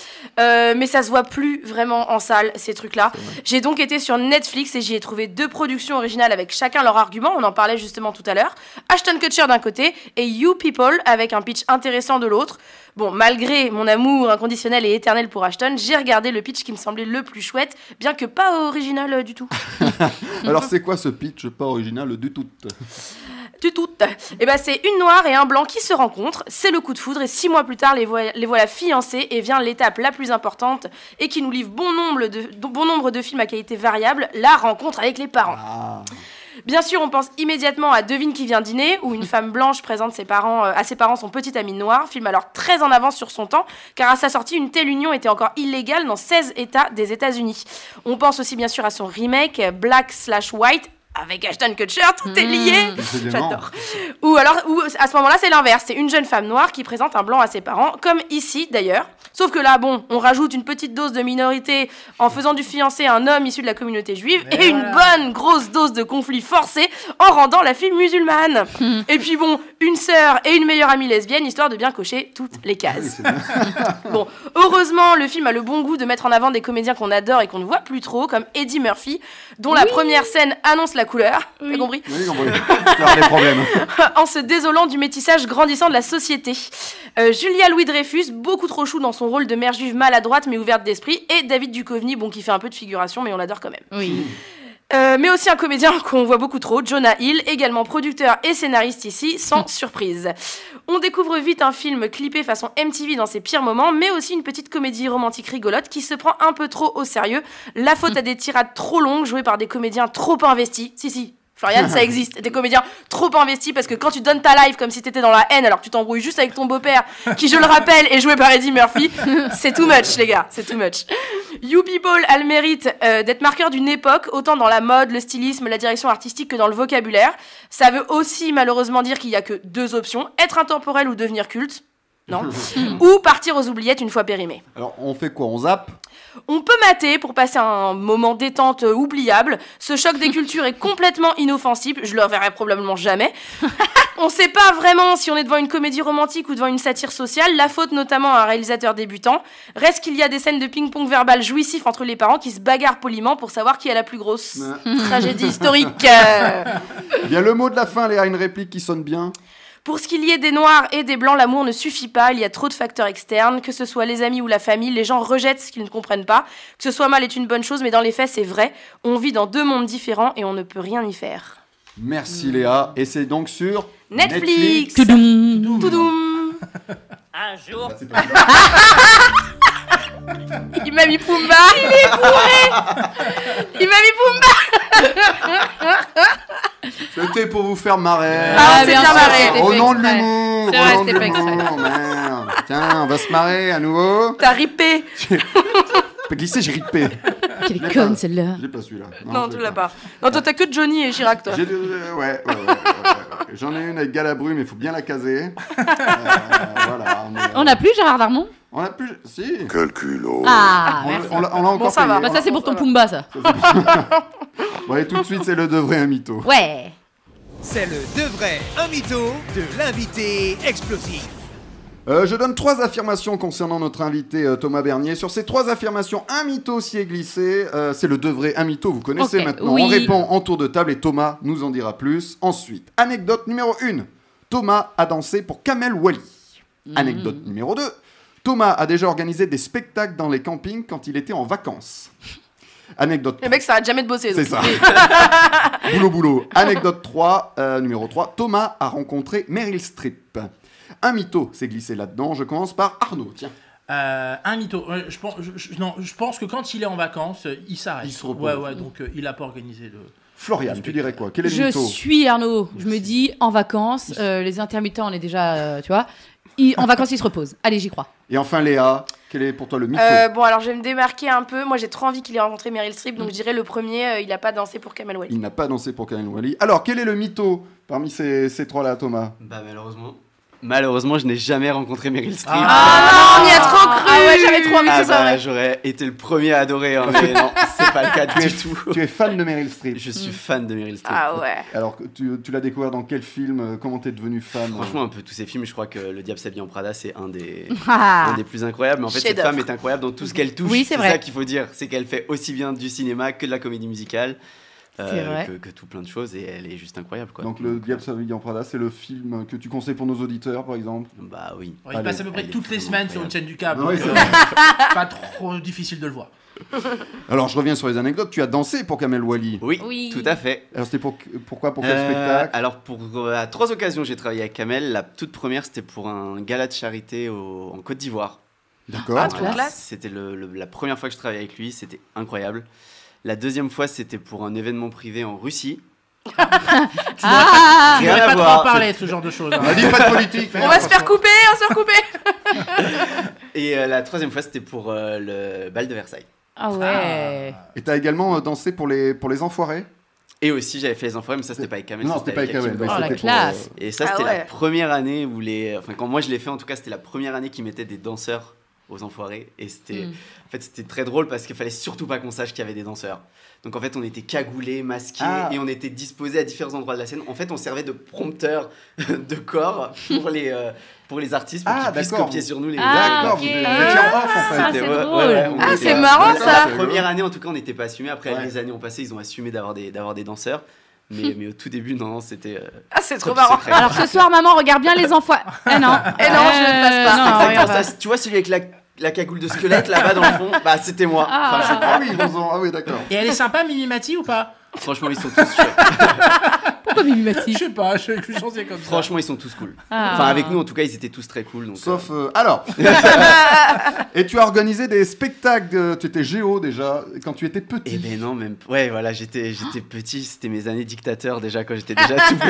Speaker 7: Euh, mais ça se voit plus vraiment en salle, ces trucs-là. J'ai donc été sur Netflix et j'y ai trouvé deux productions originales avec chacun leur argument, on en parlait justement tout à l'heure. Ashton Kutcher d'un côté et You People avec un pitch intéressant de l'autre. Bon, malgré mon amour inconditionnel et éternel pour Ashton, j'ai regardé le pitch qui me semblait le plus chouette, bien que pas original euh, du tout.
Speaker 2: Alors, c'est quoi ce pitch pas original du tout
Speaker 7: Tu toutes. Et ben c'est une noire et un blanc qui se rencontrent, c'est le coup de foudre et six mois plus tard les, voi- les voilà fiancés et vient l'étape la plus importante et qui nous livre bon nombre de, bon nombre de films à qualité variable, la rencontre avec les parents.
Speaker 2: Ah,
Speaker 7: Bien sûr, on pense immédiatement à Devine qui vient dîner, où une femme blanche présente ses parents, euh, à ses parents son petit ami noir, film alors très en avance sur son temps, car à sa sortie, une telle union était encore illégale dans 16 États des États-Unis. On pense aussi bien sûr à son remake, euh, Black slash White, avec Ashton Kutcher, tout est lié
Speaker 2: évidemment.
Speaker 7: J'adore. Ou alors, ou à ce moment-là, c'est l'inverse. C'est une jeune femme noire qui présente un blanc à ses parents, comme ici d'ailleurs. Sauf que là, bon, on rajoute une petite dose de minorité en faisant du fiancé un homme issu de la communauté juive et,
Speaker 6: Et
Speaker 7: une
Speaker 6: voilà.
Speaker 7: bonne grosse dose de conflit forcé en rendant la fille musulmane. et puis bon, une sœur et une meilleure amie lesbienne, histoire de bien cocher toutes les
Speaker 2: Ah Oui,
Speaker 7: cases.
Speaker 2: c'est bien.
Speaker 7: Bon, heureusement, le film a le bon goût de mettre en avant des comédiens qu'on adore et qu'on ne voit plus trop, comme Eddie Murphy, dont la première scène annonce la couleur. T'as compris
Speaker 2: Oui, on va- Tu auras des problèmes.
Speaker 7: en se désolant du métissage grandissant de la société. Euh, Julia Louis-Dreyfus, beaucoup trop chou dans son rôle de mère juive maladroite mais ouverte d'esprit, et David Duchovny, bon, qui fait un peu de figuration, mais on l'adore quand même.
Speaker 3: Oui.
Speaker 7: Euh, mais aussi un comédien qu'on voit beaucoup trop, Jonah Hill, également producteur et scénariste ici, sans surprise. On découvre vite un film clippé façon MTV dans ses pires moments, mais aussi une petite comédie romantique rigolote qui se prend un peu trop au sérieux, la faute à des tirades trop longues jouées par des comédiens trop investis. Si, si, Florian, ça existe. Des comédiens trop investis parce que quand tu donnes ta life comme si t'étais dans la haine alors que tu t'embrouilles juste avec ton beau-père, qui je le rappelle est joué par Eddie Murphy, c'est too much les gars, c'est too much. You People a le mérite euh, d'être marqueur d'une époque, autant dans la mode, le stylisme, la direction artistique que dans le vocabulaire. Ça veut aussi malheureusement dire qu'il n'y a que deux options, être intemporel ou devenir culte. Non. ou partir aux oubliettes une fois périmé.
Speaker 2: Alors, on fait quoi On zappe
Speaker 7: On peut mater pour passer un moment détente euh, oubliable. Ce choc des cultures est complètement inoffensif. Je le reverrai probablement jamais. on sait pas vraiment si on est devant une comédie romantique ou devant une satire sociale. La faute notamment à un réalisateur débutant. Reste qu'il y a des scènes de ping-pong verbal jouissif entre les parents qui se bagarrent poliment pour savoir qui a la plus grosse
Speaker 2: Ouais.
Speaker 7: tragédie historique. Euh,
Speaker 2: Eh bien, le mot de la fin, Léa, une réplique qui sonne bien.
Speaker 7: Pour ce qu'il y ait des noirs et des blancs, l'amour ne suffit pas, il y a trop de facteurs externes, que ce soit les amis ou la famille, les gens rejettent ce qu'ils ne comprennent pas. Que ce soit mal est une bonne chose, mais dans les faits, c'est vrai. On vit dans deux mondes différents et on ne peut rien y faire.
Speaker 2: Merci, Léa. Et c'est donc sur
Speaker 7: Netflix, Toudoum
Speaker 8: Un jour,
Speaker 7: Il m'a mis Pumba Il est bourré Il m'a mis Pumba
Speaker 2: C'était pour vous faire marrer.
Speaker 7: Ah, c'est
Speaker 3: bien
Speaker 7: bien
Speaker 3: sûr,
Speaker 7: marré.
Speaker 3: c'était
Speaker 2: Au
Speaker 3: fait
Speaker 2: nom de
Speaker 3: exprès.
Speaker 2: l'humour.
Speaker 3: C'est vrai,
Speaker 2: au nom de
Speaker 3: c'était pas
Speaker 2: l'humour, merde. Tiens, on va se marrer à nouveau.
Speaker 7: T'as ripé
Speaker 2: Pas glissé, j'ai ripé. l'ai
Speaker 3: Quelle est
Speaker 2: pas.
Speaker 3: conne celle-là.
Speaker 2: J'ai pas celui-là.
Speaker 7: Non,
Speaker 2: je
Speaker 7: tu
Speaker 2: l'ai
Speaker 7: l'as pas. Non, toi, t'as que Johnny et Chirac, toi.
Speaker 2: J'ai des- euh, ouais, ouais, ouais, ouais, ouais, ouais. J'en ai une avec Galabru, mais il faut bien la caser. Euh, voilà, mais, euh,
Speaker 3: On n'a plus Gérard Darmon
Speaker 2: on a plus. Si.
Speaker 9: Quel culot
Speaker 3: Ah,
Speaker 2: On-
Speaker 3: merci.
Speaker 2: on l'a on l'a encore
Speaker 7: ça
Speaker 2: payé.
Speaker 7: va.
Speaker 3: Bah, ça, c'est pour ton Pumba, ça.
Speaker 2: Bon, allez, tout de suite, c'est le de vrai un mytho.
Speaker 3: Ouais.
Speaker 1: C'est le de vrai, un mytho de l'invité explosif.
Speaker 2: Euh, je donne trois affirmations concernant notre invité euh, Thomas Bernier. Sur ces trois affirmations, un mytho s'y est glissé. Euh, c'est le de vrai, un mytho, vous connaissez
Speaker 3: Ok,
Speaker 2: maintenant. On
Speaker 3: oui.
Speaker 2: répond en tour de table et Thomas nous en dira plus. Ensuite, anecdote numéro 1. Thomas a dansé pour Kamel Wally.
Speaker 3: Mhm.
Speaker 2: Anecdote numéro 2. Thomas a déjà organisé des spectacles dans les campings quand il était en vacances. Anecdote
Speaker 7: Les mecs, ça arrête jamais de bosser.
Speaker 2: c'est
Speaker 7: donc.
Speaker 2: ça. boulot, boulot. Anecdote 3, euh, numéro 3. Thomas a rencontré Meryl Streep. Un mytho s'est glissé là-dedans. Je commence par Arnaud. Tiens.
Speaker 6: Euh, un mytho. Euh, je, pense, je, je- non, je pense que quand il est en vacances, euh, il s'arrête.
Speaker 2: Il se repose.
Speaker 6: Ouais, ouais, donc euh, il a pas organisé le.
Speaker 2: Florian, tu dirais quoi Quel est le
Speaker 3: Je
Speaker 2: mytho
Speaker 3: suis Arnaud. Je me dis, en vacances, euh, les intermittents, on est déjà, euh, tu vois. Ils- en vacances, ils se reposent. Allez, j'y crois.
Speaker 2: Et enfin, Léa, quel est pour toi le mytho
Speaker 7: Euh, bon, alors je vais me démarquer un peu. Moi, j'ai trop envie qu'il ait rencontré Meryl Streep, donc je dirais le premier, euh, il a pas dansé pour Kamel Wally.
Speaker 2: Il n'a pas dansé pour Karen Wally. Alors, quel est le mytho parmi ces, ces trois-là, Thomas
Speaker 10: Bah malheureusement. Malheureusement, je n'ai jamais rencontré Meryl Streep.
Speaker 7: Ah, non, on y a trop cru
Speaker 3: Ah ouais, j'avais trop envie
Speaker 10: Ah
Speaker 7: que ce soit
Speaker 10: bah,
Speaker 7: vrai.
Speaker 10: j'aurais été le premier à adorer, hein, mais non, c'est pas le cas
Speaker 2: tu es,
Speaker 10: du tout.
Speaker 2: tu es fan de Meryl Streep.
Speaker 10: Je suis fan de Meryl Streep.
Speaker 7: Ah ouais.
Speaker 2: Alors, que tu, tu l'as découvert dans quel film euh, Comment t'es devenu fan euh
Speaker 10: Franchement, un peu tous ces films, je crois que Le Diable s'habille en Prada, c'est un des, un
Speaker 3: Ah.
Speaker 10: des plus incroyables. Mais en fait, cette
Speaker 7: Chef-d'œuvre.
Speaker 10: femme est incroyable dans tout ce qu'elle touche.
Speaker 3: Oui, c'est vrai.
Speaker 10: ça qu'il faut dire. C'est qu'elle fait aussi bien du cinéma que de la comédie musicale, euh,
Speaker 3: C'est vrai.
Speaker 10: que, que tout plein de choses. Et elle est juste incroyable. Quoi.
Speaker 2: Donc, Le Diable s'habille en Prada, c'est le film que tu conseilles pour nos auditeurs, par exemple
Speaker 10: Bah oui.
Speaker 7: Ah.
Speaker 6: Alors, il
Speaker 2: Allez,
Speaker 6: passe à peu près
Speaker 10: allez,
Speaker 6: toutes les
Speaker 10: c'est
Speaker 6: semaines sur
Speaker 10: incroyable.
Speaker 6: une chaîne du câble.
Speaker 2: Ah ouais,
Speaker 6: donc,
Speaker 2: c'est
Speaker 6: euh, pas trop difficile de le voir.
Speaker 2: Alors je reviens sur les anecdotes, tu as dansé pour Kamel Wally.
Speaker 10: oui.
Speaker 3: Oui.
Speaker 10: tout à fait.
Speaker 2: Alors c'était pour pourquoi pour quel
Speaker 10: Euh,
Speaker 2: spectacle
Speaker 10: Alors, pour, euh, à trois occasions, j'ai travaillé avec Kamel. La toute première, c'était pour un gala de charité au- en Côte d'Ivoire.
Speaker 2: D'accord.
Speaker 7: Ah, trop
Speaker 10: Voilà,
Speaker 7: classe.
Speaker 10: C'était le- le- la première fois que je travaillais avec lui, c'était incroyable. La deuxième fois, c'était pour un événement privé en Russie.
Speaker 6: Tu devrais
Speaker 3: Ah.
Speaker 6: pas, tu devrais
Speaker 10: Rien à
Speaker 6: pas trop
Speaker 10: voir,
Speaker 6: en parler, ce genre de choses. hein.
Speaker 2: On a dit pas de politique.
Speaker 7: On va se faire couper, on se fait couper.
Speaker 10: Et euh, la troisième fois, c'était pour euh, le bal de Versailles.
Speaker 3: Ah ouais.
Speaker 2: Et t'as également euh, dansé pour les pour les enfoirés
Speaker 10: Et aussi, j'avais fait les enfoirés, mais ça, c'était pas avec Kamel.
Speaker 2: Non,
Speaker 10: ça,
Speaker 2: c'était pas avec
Speaker 10: Hakim
Speaker 2: Kamel.
Speaker 10: Bor.
Speaker 2: mais
Speaker 3: Oh, la
Speaker 2: c'était pour,
Speaker 3: classe.
Speaker 10: Et ça,
Speaker 7: Ah
Speaker 10: c'était
Speaker 7: ouais.
Speaker 10: la première année où les. Enfin, quand moi je l'ai fait, en tout cas, c'était la première année qu'ils mettaient des danseurs aux enfoirés. Et c'était.
Speaker 7: Hmm.
Speaker 3: Mm.
Speaker 10: En fait, c'était très drôle parce qu'il fallait surtout pas qu'on sache qu'il y avait des danseurs. Donc, en fait, on était cagoulés, masqués
Speaker 2: Ah.
Speaker 10: et on était disposés à différents endroits de la scène. En fait, on servait de prompteur de corps pour les, euh, pour les artistes pour
Speaker 2: Ah,
Speaker 10: qu'ils puissent
Speaker 2: d'accord.
Speaker 10: copier sur nous les.
Speaker 3: Ah,
Speaker 2: D'accord, vous, vous
Speaker 3: ok.
Speaker 2: étiez en off en fait.
Speaker 3: Ah,
Speaker 10: C'était-
Speaker 3: c'est
Speaker 10: ouais,
Speaker 3: drôle.
Speaker 10: ouais, ouais, on
Speaker 7: Ah,
Speaker 10: était-
Speaker 7: c'est marrant, ça.
Speaker 10: La première année, en tout cas, on n'était pas assumé. Après,
Speaker 2: Ouais.
Speaker 10: les années ont passé, ils ont assumé d'avoir des, d'avoir des danseurs. Mais, mais au tout début, non, non, c'était. euh,
Speaker 7: Ah, c'est trop
Speaker 10: top
Speaker 7: marrant.
Speaker 10: secret.
Speaker 3: Alors ce soir, maman, regarde bien les enfants. Eh non. Euh,
Speaker 7: Eh non, je ne passe pas.
Speaker 3: non,
Speaker 10: Exactement,
Speaker 3: Ah, regarde
Speaker 10: ça, tu vois celui avec la, la cagoule de squelette là-bas dans le fond Bah c'était moi.
Speaker 3: Ah.
Speaker 10: Enfin,
Speaker 2: Ah oui, ils ont- ah oui, d'accord.
Speaker 6: Et elle est sympa, Minimati, ou pas
Speaker 10: je- franchement ils sont tous chouettes.
Speaker 3: pas. Pourquoi Mimi Mati
Speaker 6: Je sais pas, je suis censé comme ça.
Speaker 10: Franchement, ils sont tous cool.
Speaker 3: Ah.
Speaker 10: Enfin, avec nous, en tout cas, ils étaient tous très cool. Donc,
Speaker 2: Sauf. euh, alors Et tu as organisé des spectacles, de- tu étais géo déjà, quand tu étais petit.
Speaker 10: Eh ben non, même. Ouais, voilà, j'étais, j'étais
Speaker 3: Ah.
Speaker 10: petit, c'était mes années dictateur déjà, quand j'étais déjà tout
Speaker 2: C'est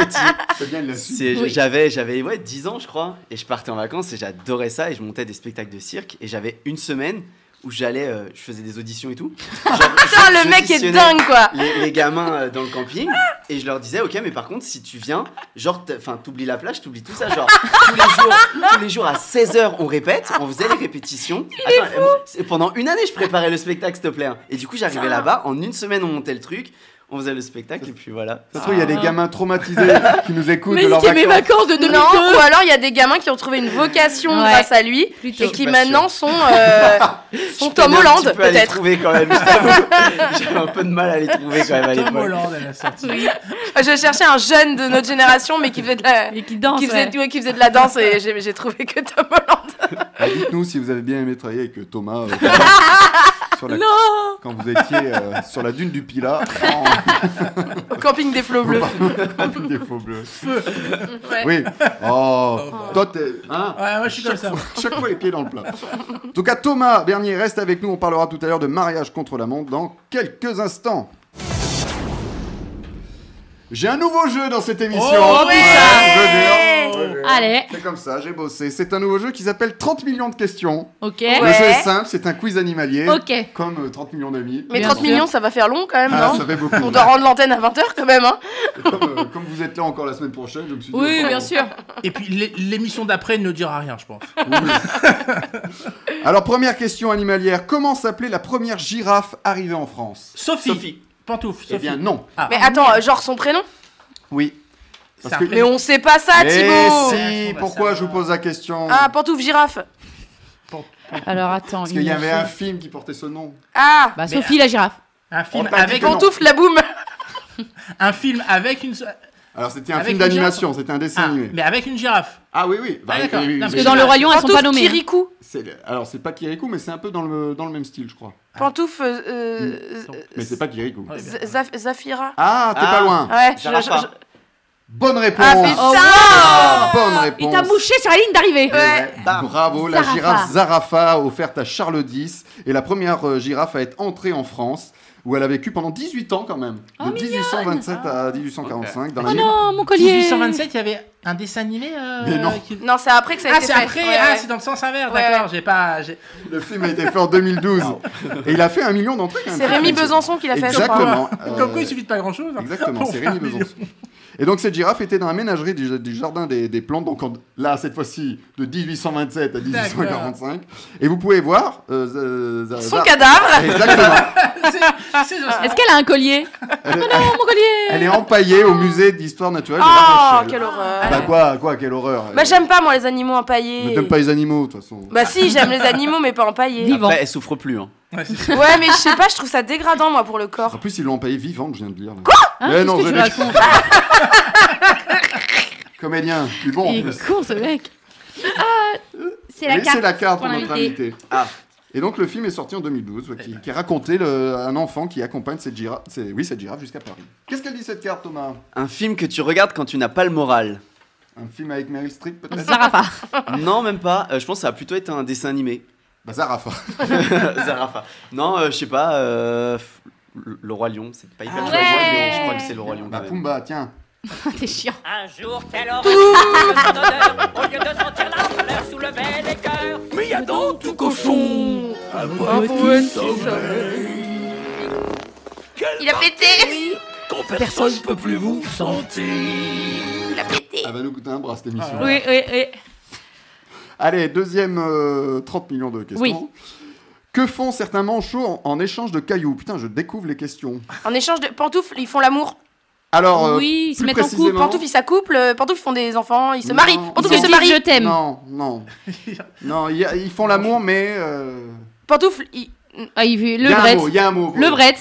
Speaker 2: bien, il l'a
Speaker 10: petit.
Speaker 2: su.
Speaker 10: C'est-
Speaker 3: Oui.
Speaker 10: J'avais, j'avais ouais, 10 ans, je crois, et je partais en vacances et j'adorais ça, et je montais des spectacles de cirque, et j'avais une semaine où j'allais, euh, je faisais des auditions et tout. Genre, je-
Speaker 7: Putain, le mec est
Speaker 10: j'auditionnais
Speaker 7: dingue, quoi.
Speaker 10: Les, les gamins euh, dans le camping, et je leur disais, ok, mais par contre, si tu viens, genre, t'as- enfin, t'oublies la plage, t'oublies tout ça, genre, tous les jours, tous les jours à 16h, on répète, on faisait les répétitions. Attends, euh, moi, c'est- pendant une année, je préparais le spectacle, s'il te plaît. hein. Et du coup, j'arrivais là-bas, en une semaine, on montait le truc, on faisait le spectacle, et puis voilà.
Speaker 2: Ça se trouve, il y a des gamins traumatisés qui nous écoutent
Speaker 3: Ah. Mais
Speaker 2: de leurs
Speaker 3: niquer mes
Speaker 2: vacances.
Speaker 3: vacances de 2002
Speaker 7: Non, ou alors il y a des gamins qui ont trouvé une vocation
Speaker 3: Ouais.
Speaker 7: grâce à lui
Speaker 3: Plutôt.
Speaker 7: et
Speaker 10: Je suis
Speaker 7: qui
Speaker 10: pas
Speaker 7: maintenant sont, euh,
Speaker 10: Je
Speaker 7: sont
Speaker 10: peinais
Speaker 7: Tom
Speaker 10: un
Speaker 7: Holland,
Speaker 10: petit peu à les
Speaker 7: peut-être.
Speaker 10: trouver quand même. je t'avoue. J'avais un peu de mal à les trouver quand même à
Speaker 6: Tom
Speaker 10: l'époque.
Speaker 6: Holland à la sortie.
Speaker 7: Je cherchais un jeune de notre génération, mais qui faisait de la,
Speaker 3: Et qui danse.
Speaker 7: qui faisait,
Speaker 3: ouais.
Speaker 7: ouais, qui faisait de la danse et j'ai j'ai trouvé que Tom Holland.
Speaker 2: Ah, Dites-nous si vous avez bien aimé travailler avec euh, Thomas euh, sur la-
Speaker 3: Non
Speaker 2: quand vous étiez euh, sur la dune du Pila en
Speaker 7: Au camping des flots bleus.
Speaker 2: avec des faux bleus.
Speaker 7: Ouais.
Speaker 2: Oui. Oh, toi, t'es.
Speaker 10: Ah,
Speaker 2: hein
Speaker 6: Ouais, moi je suis comme ça.
Speaker 2: Chaque fois les pieds dans le plat. En tout cas, Thomas Bernier reste avec nous. On parlera tout à l'heure de mariage contre la montre dans quelques instants. J'ai un nouveau jeu dans cette émission.
Speaker 6: Oh, oui.
Speaker 2: Ouais, je veux dire, je veux dire.
Speaker 3: Allez.
Speaker 2: C'est comme ça, j'ai bossé. C'est un nouveau jeu qui s'appelle 30 millions de questions.
Speaker 3: Ok.
Speaker 2: Le jeu
Speaker 7: Ouais.
Speaker 2: est simple, c'est un quiz animalier.
Speaker 3: Ok.
Speaker 2: Comme euh, 30 millions d'amis.
Speaker 7: Mais
Speaker 3: Bien
Speaker 7: 30
Speaker 3: sûr.
Speaker 7: millions, ça va faire long quand même,
Speaker 2: Ah,
Speaker 7: non
Speaker 2: ça fait beaucoup.
Speaker 7: On doit rendre l'antenne à 20h quand même, hein
Speaker 2: Et comme, euh, comme vous êtes là encore la semaine prochaine, je me suis dit.
Speaker 3: Oui,
Speaker 2: autant-
Speaker 3: bien sûr.
Speaker 6: Et puis l'é- l'émission d'après ne dira rien, je pense.
Speaker 2: Alors, première question animalière. Comment s'appelait la première girafe arrivée en France
Speaker 6: Sophie.
Speaker 10: Sophie.
Speaker 6: Pantoufle. Sophie. Ah,
Speaker 2: Eh bien, non.
Speaker 7: Mais
Speaker 3: Ah
Speaker 7: attends, euh, genre son prénom
Speaker 2: Oui.
Speaker 6: C'est
Speaker 2: parce
Speaker 6: un
Speaker 2: que-
Speaker 7: Mais
Speaker 6: prénom.
Speaker 7: on sait pas ça,
Speaker 2: Mais
Speaker 7: Ah, Thibaut
Speaker 2: si,
Speaker 10: Bah,
Speaker 2: pourquoi je vous pose la question
Speaker 7: Ah, pantoufle girafe
Speaker 3: Alors attends.
Speaker 2: Parce qu'il y avait un film qui portait ce nom.
Speaker 7: Ah
Speaker 3: Bah, Sophie la girafe.
Speaker 6: Un film
Speaker 2: On t'a dit
Speaker 6: avec
Speaker 2: que non.
Speaker 7: Pantoufle la boum
Speaker 6: un film avec une so-
Speaker 2: Alors c'était un
Speaker 6: Avec
Speaker 2: film
Speaker 6: une
Speaker 2: d'animation, c'était un dessin
Speaker 6: ah,
Speaker 2: animé.
Speaker 6: mais avec une girafe.
Speaker 2: Ah oui, oui.
Speaker 6: Ah, d'accord.
Speaker 2: oui, oui,
Speaker 6: Non,
Speaker 2: oui,
Speaker 6: parce
Speaker 2: mais
Speaker 3: Que dans le royaume, elles sont pas
Speaker 7: Pantoufle
Speaker 3: nommées. hein.
Speaker 7: Kirikou
Speaker 2: c'est le- Alors c'est pas Kirikou, mais c'est un peu dans le, dans le même style, je crois.
Speaker 7: Pantoufle euh,
Speaker 6: Mm.
Speaker 7: euh,
Speaker 2: Mais c'est pas Kirikou.
Speaker 6: Ouais, bien.
Speaker 7: Z- Zaf- Zafira
Speaker 2: Ah, t'es
Speaker 10: Ah.
Speaker 2: pas loin.
Speaker 7: Ouais, je- je-
Speaker 10: Zarafa.
Speaker 7: je-
Speaker 2: Bonne réponse.
Speaker 7: Ah, putain
Speaker 2: Ah, bonne
Speaker 3: Il
Speaker 2: réponse.
Speaker 3: t'a mouché sur la ligne d'arrivée.
Speaker 2: Eh
Speaker 7: Ouais.
Speaker 2: ouais, Bravo, la
Speaker 3: Zarafa.
Speaker 2: girafe Zarafa offerte à Charles X et la première euh, girafe à être entrée en France où elle a vécu pendant 18 ans quand même,
Speaker 3: Oh,
Speaker 2: de 1827 à 1845 dans la
Speaker 3: Oh
Speaker 2: ville.
Speaker 3: non, mon collier.
Speaker 6: 1827, il y avait un dessin animé. euh,
Speaker 2: Mais non.
Speaker 6: qui-
Speaker 7: Non, c'est après que ça a
Speaker 6: Ah,
Speaker 7: été
Speaker 6: c'est
Speaker 7: fait.
Speaker 6: après.
Speaker 7: Ouais,
Speaker 6: ah,
Speaker 7: ouais.
Speaker 6: c'est dans le sens inverse.
Speaker 7: Ouais,
Speaker 6: D'accord.
Speaker 7: ouais.
Speaker 6: J'ai pas. j'ai-
Speaker 2: Le film a été fait en 2012 et il a fait un million d'entrées quand même.
Speaker 7: C'est Rémi Besançon qui l'a fait, je crois.
Speaker 2: Exactement. euh,
Speaker 6: Comme quoi, il suffit de pas hein. grand chose.
Speaker 2: Exactement, c'est Rémi Besançon. Et donc cette girafe était dans la ménagerie du, du jardin des, des plantes, donc en- là cette fois-ci de 1827 à 1845. Et vous pouvez voir euh, euh, Zara-
Speaker 7: Son
Speaker 2: Zara-
Speaker 7: cadavre
Speaker 2: Exactement.
Speaker 6: Ah,
Speaker 7: Ah.
Speaker 3: Est-ce qu'elle a un collier
Speaker 2: Elle, est-
Speaker 3: Oh mon collier.
Speaker 2: elle est empaillée au musée d'histoire naturelle. de La
Speaker 7: Oh,
Speaker 2: Rochelle.
Speaker 7: quelle
Speaker 3: Ah
Speaker 7: horreur
Speaker 2: Bah quoi, quoi, quelle horreur. Euh,
Speaker 7: Bah, j'aime pas, moi, les animaux
Speaker 2: Ne
Speaker 7: empaillés
Speaker 2: t'aimes pas les animaux de toute façon.
Speaker 7: Bah si, j'aime les animaux, mais pas empaillés.
Speaker 3: Vivant.
Speaker 10: Après, elle souffre plus. Hein.
Speaker 7: Ouais, mais je sais pas, je trouve ça dégradant, moi, pour le corps.
Speaker 2: En plus ils l'ont empaillée vivante, je viens de dire. Quoi
Speaker 3: Hein,
Speaker 2: Mais
Speaker 3: qu'est-ce
Speaker 2: non,
Speaker 3: que
Speaker 2: je
Speaker 3: tu
Speaker 2: l'ai-
Speaker 3: racontes
Speaker 2: Comédien, puis bon. en
Speaker 3: Il
Speaker 2: plus.
Speaker 3: est con ce mec. Ah, c'est la
Speaker 2: Mais
Speaker 3: carte.
Speaker 2: c'est la carte
Speaker 3: pour
Speaker 2: pour notre
Speaker 3: l'invité.
Speaker 2: invité.
Speaker 10: Ah.
Speaker 2: Et donc le film est sorti en 2012, ouais, qui, qui racontait le- un enfant qui accompagne cette girafe, c'est- oui cette girafe jusqu'à Paris. Qu'est-ce qu'elle dit cette carte, Thomas
Speaker 10: Un film que tu regardes quand tu n'as pas le moral.
Speaker 2: Un film avec Meryl Streep peut-être
Speaker 3: Zarafa.
Speaker 10: non, même pas. Euh, je pense que ça va plutôt être un dessin animé.
Speaker 2: Bah Zarafa.
Speaker 10: Zarafa. Non, euh, je sais pas. euh, f- le le roi lion, c'est pas hyper
Speaker 3: Ah
Speaker 10: joyeux,
Speaker 3: ouais.
Speaker 10: mais je crois que c'est le roi lion.
Speaker 2: Bah
Speaker 10: quand même.
Speaker 2: Pumba, tiens.
Speaker 3: T'es chiant.
Speaker 8: Un jour, quelle horreur de son odeur, Au lieu de sentir la fleur, soulever les cœurs
Speaker 9: Mais y a dans tout cochon un poète qui sommeille. Quel
Speaker 7: Il a pété
Speaker 9: Quand personne ne peut plus vous sentir.
Speaker 2: Elle va nous coûter un bras cette émission.
Speaker 3: Ah, Oui, oui, oui.
Speaker 2: Allez, deuxième euh, 30 millions de questions.
Speaker 3: Oui.
Speaker 2: Que font certains manchots en, en échange de cailloux Putain, je découvre les questions.
Speaker 7: En échange de pantoufles, ils font l'amour.
Speaker 2: Alors, euh,
Speaker 3: oui, ils se
Speaker 2: plus
Speaker 3: mettent en
Speaker 2: précisément-
Speaker 3: couple.
Speaker 2: Non.
Speaker 7: Pantoufles, ils s'accouplent. euh, Pantoufles, ils font des enfants. Ils se
Speaker 2: Non.
Speaker 7: marient.
Speaker 2: Ils
Speaker 7: Pantoufles,
Speaker 2: se
Speaker 7: ils se
Speaker 3: disent
Speaker 7: marient.
Speaker 3: je t'aime.
Speaker 2: non, non. non, y a- ils font l'amour, mais... euh,
Speaker 7: Pantoufles, ils...
Speaker 3: Ah, il veut
Speaker 2: y
Speaker 3: le
Speaker 2: a un mot,
Speaker 3: bret.
Speaker 2: y a un mot. quoi.
Speaker 3: Le bret.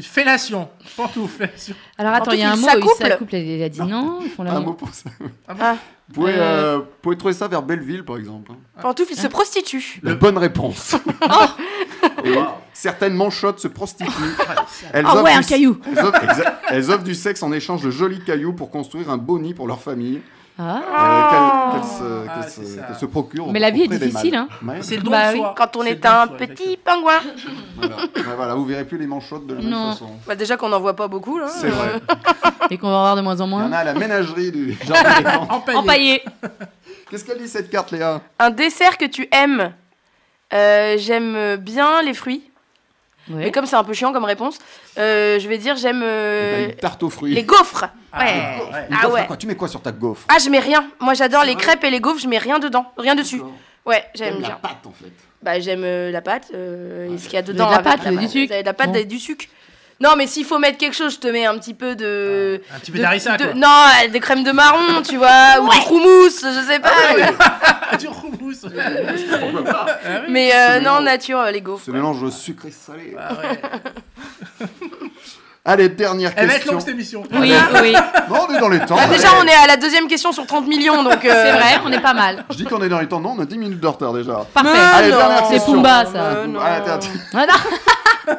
Speaker 6: Fellation. Pantoufle. fellation.
Speaker 3: Alors attends, il y a un
Speaker 7: Pantoufles,
Speaker 3: mot.
Speaker 7: ça
Speaker 3: oui,
Speaker 7: couple.
Speaker 3: Ça couple. Ah. Elle elle a dit non. Ils font
Speaker 2: Un
Speaker 3: l'amour.
Speaker 2: mot pour ça.
Speaker 7: Ah.
Speaker 2: Vous pouvez,
Speaker 3: Euh.
Speaker 2: euh, vous pouvez trouver ça vers Belleville, par exemple. hein.
Speaker 3: Oh.
Speaker 7: Pantoufles, ils se prostituent.
Speaker 2: La bonne réponse. Et Certaines manchottes se prostituent.
Speaker 3: Ah ouais,
Speaker 2: du-
Speaker 3: un caillou.
Speaker 2: Elles offrent, exa- elles offrent du sexe en échange de jolis cailloux pour construire un beau nid pour leur famille.
Speaker 7: Ah.
Speaker 2: euh, qu'elles- qu'elles se- qu'elles se, qu'elles se procurent.
Speaker 7: Mais la vie est
Speaker 2: auprès des
Speaker 7: difficile,
Speaker 2: mâles.
Speaker 7: hein.
Speaker 2: Ouais.
Speaker 6: C'est le don
Speaker 7: Bah
Speaker 6: de
Speaker 7: oui,
Speaker 6: soi.
Speaker 7: quand on
Speaker 6: C'est
Speaker 7: est,
Speaker 6: le don de
Speaker 7: un
Speaker 6: soi,
Speaker 7: petit pingouin.
Speaker 2: Voilà. Ouais, voilà, vous verrez plus les manchottes de la même
Speaker 7: Non.
Speaker 2: façon.
Speaker 7: Bah déjà qu'on n'en voit pas beaucoup là.
Speaker 2: C'est vrai.
Speaker 3: Et qu'on va en avoir de moins en
Speaker 2: Il y
Speaker 3: moins.
Speaker 2: en a à la ménagerie du jardin des plantes.
Speaker 3: Empaillé.
Speaker 2: Qu'est-ce qu'elle dit cette carte, Léa
Speaker 7: Un dessert que tu aimes. Euh, j'aime bien les fruits. Mais comme c'est un peu chiant comme réponse, euh, je vais dire j'aime euh,
Speaker 2: Eh ben, Une tarte aux fruits.
Speaker 7: les gaufres.
Speaker 2: Une
Speaker 7: ouais.
Speaker 2: gaufre,
Speaker 7: Ah
Speaker 2: t'as
Speaker 7: ouais.
Speaker 2: quoi tu mets quoi sur ta gaufre
Speaker 7: Ah, je mets rien. Moi, j'adore les crêpes et les gaufres, je mets rien dedans, rien dessus. Ouais, j'aime
Speaker 2: T'aimes la
Speaker 7: bien.
Speaker 2: pâte en fait.
Speaker 7: Bah, j'aime euh, la pâte euh, et ce qu'il y a dedans.
Speaker 3: de la
Speaker 7: avec
Speaker 3: pâte, du sucre.
Speaker 7: De La pâte
Speaker 3: Bon.
Speaker 7: et du sucre. Non, mais s'il faut mettre quelque chose, je te mets un petit peu de.
Speaker 6: Euh,
Speaker 2: Ah.
Speaker 6: Un petit peu
Speaker 7: de-
Speaker 6: d'harissa,
Speaker 7: de-
Speaker 6: quoi.
Speaker 7: Non, euh, des crèmes de marron, tu vois, ou du croumousse, je sais pas.
Speaker 3: Ah
Speaker 6: du roumousse. Ah
Speaker 7: Mais euh,
Speaker 2: Ce
Speaker 7: non,
Speaker 2: mélange-
Speaker 7: nature, euh, les gaufres.
Speaker 2: Ce mélange sucré-salé.
Speaker 6: Ah ouais.
Speaker 2: Allez, dernière
Speaker 6: Elle va être
Speaker 2: question.
Speaker 6: longue cette émission.
Speaker 3: Oui, oui.
Speaker 2: Non, on est dans les temps.
Speaker 7: Bah, déjà, on est à la deuxième question sur 30 millions, donc. euh,
Speaker 3: C'est vrai, on est pas mal.
Speaker 2: Je dis qu'on est dans les temps. Non, on a 10 minutes de retard déjà.
Speaker 3: Parfait.
Speaker 2: Allez,
Speaker 7: non,
Speaker 2: dernière
Speaker 3: Ah C'est
Speaker 2: question.
Speaker 3: Pumba, ça.
Speaker 7: non.
Speaker 2: Ah, attends.
Speaker 3: Ah, non.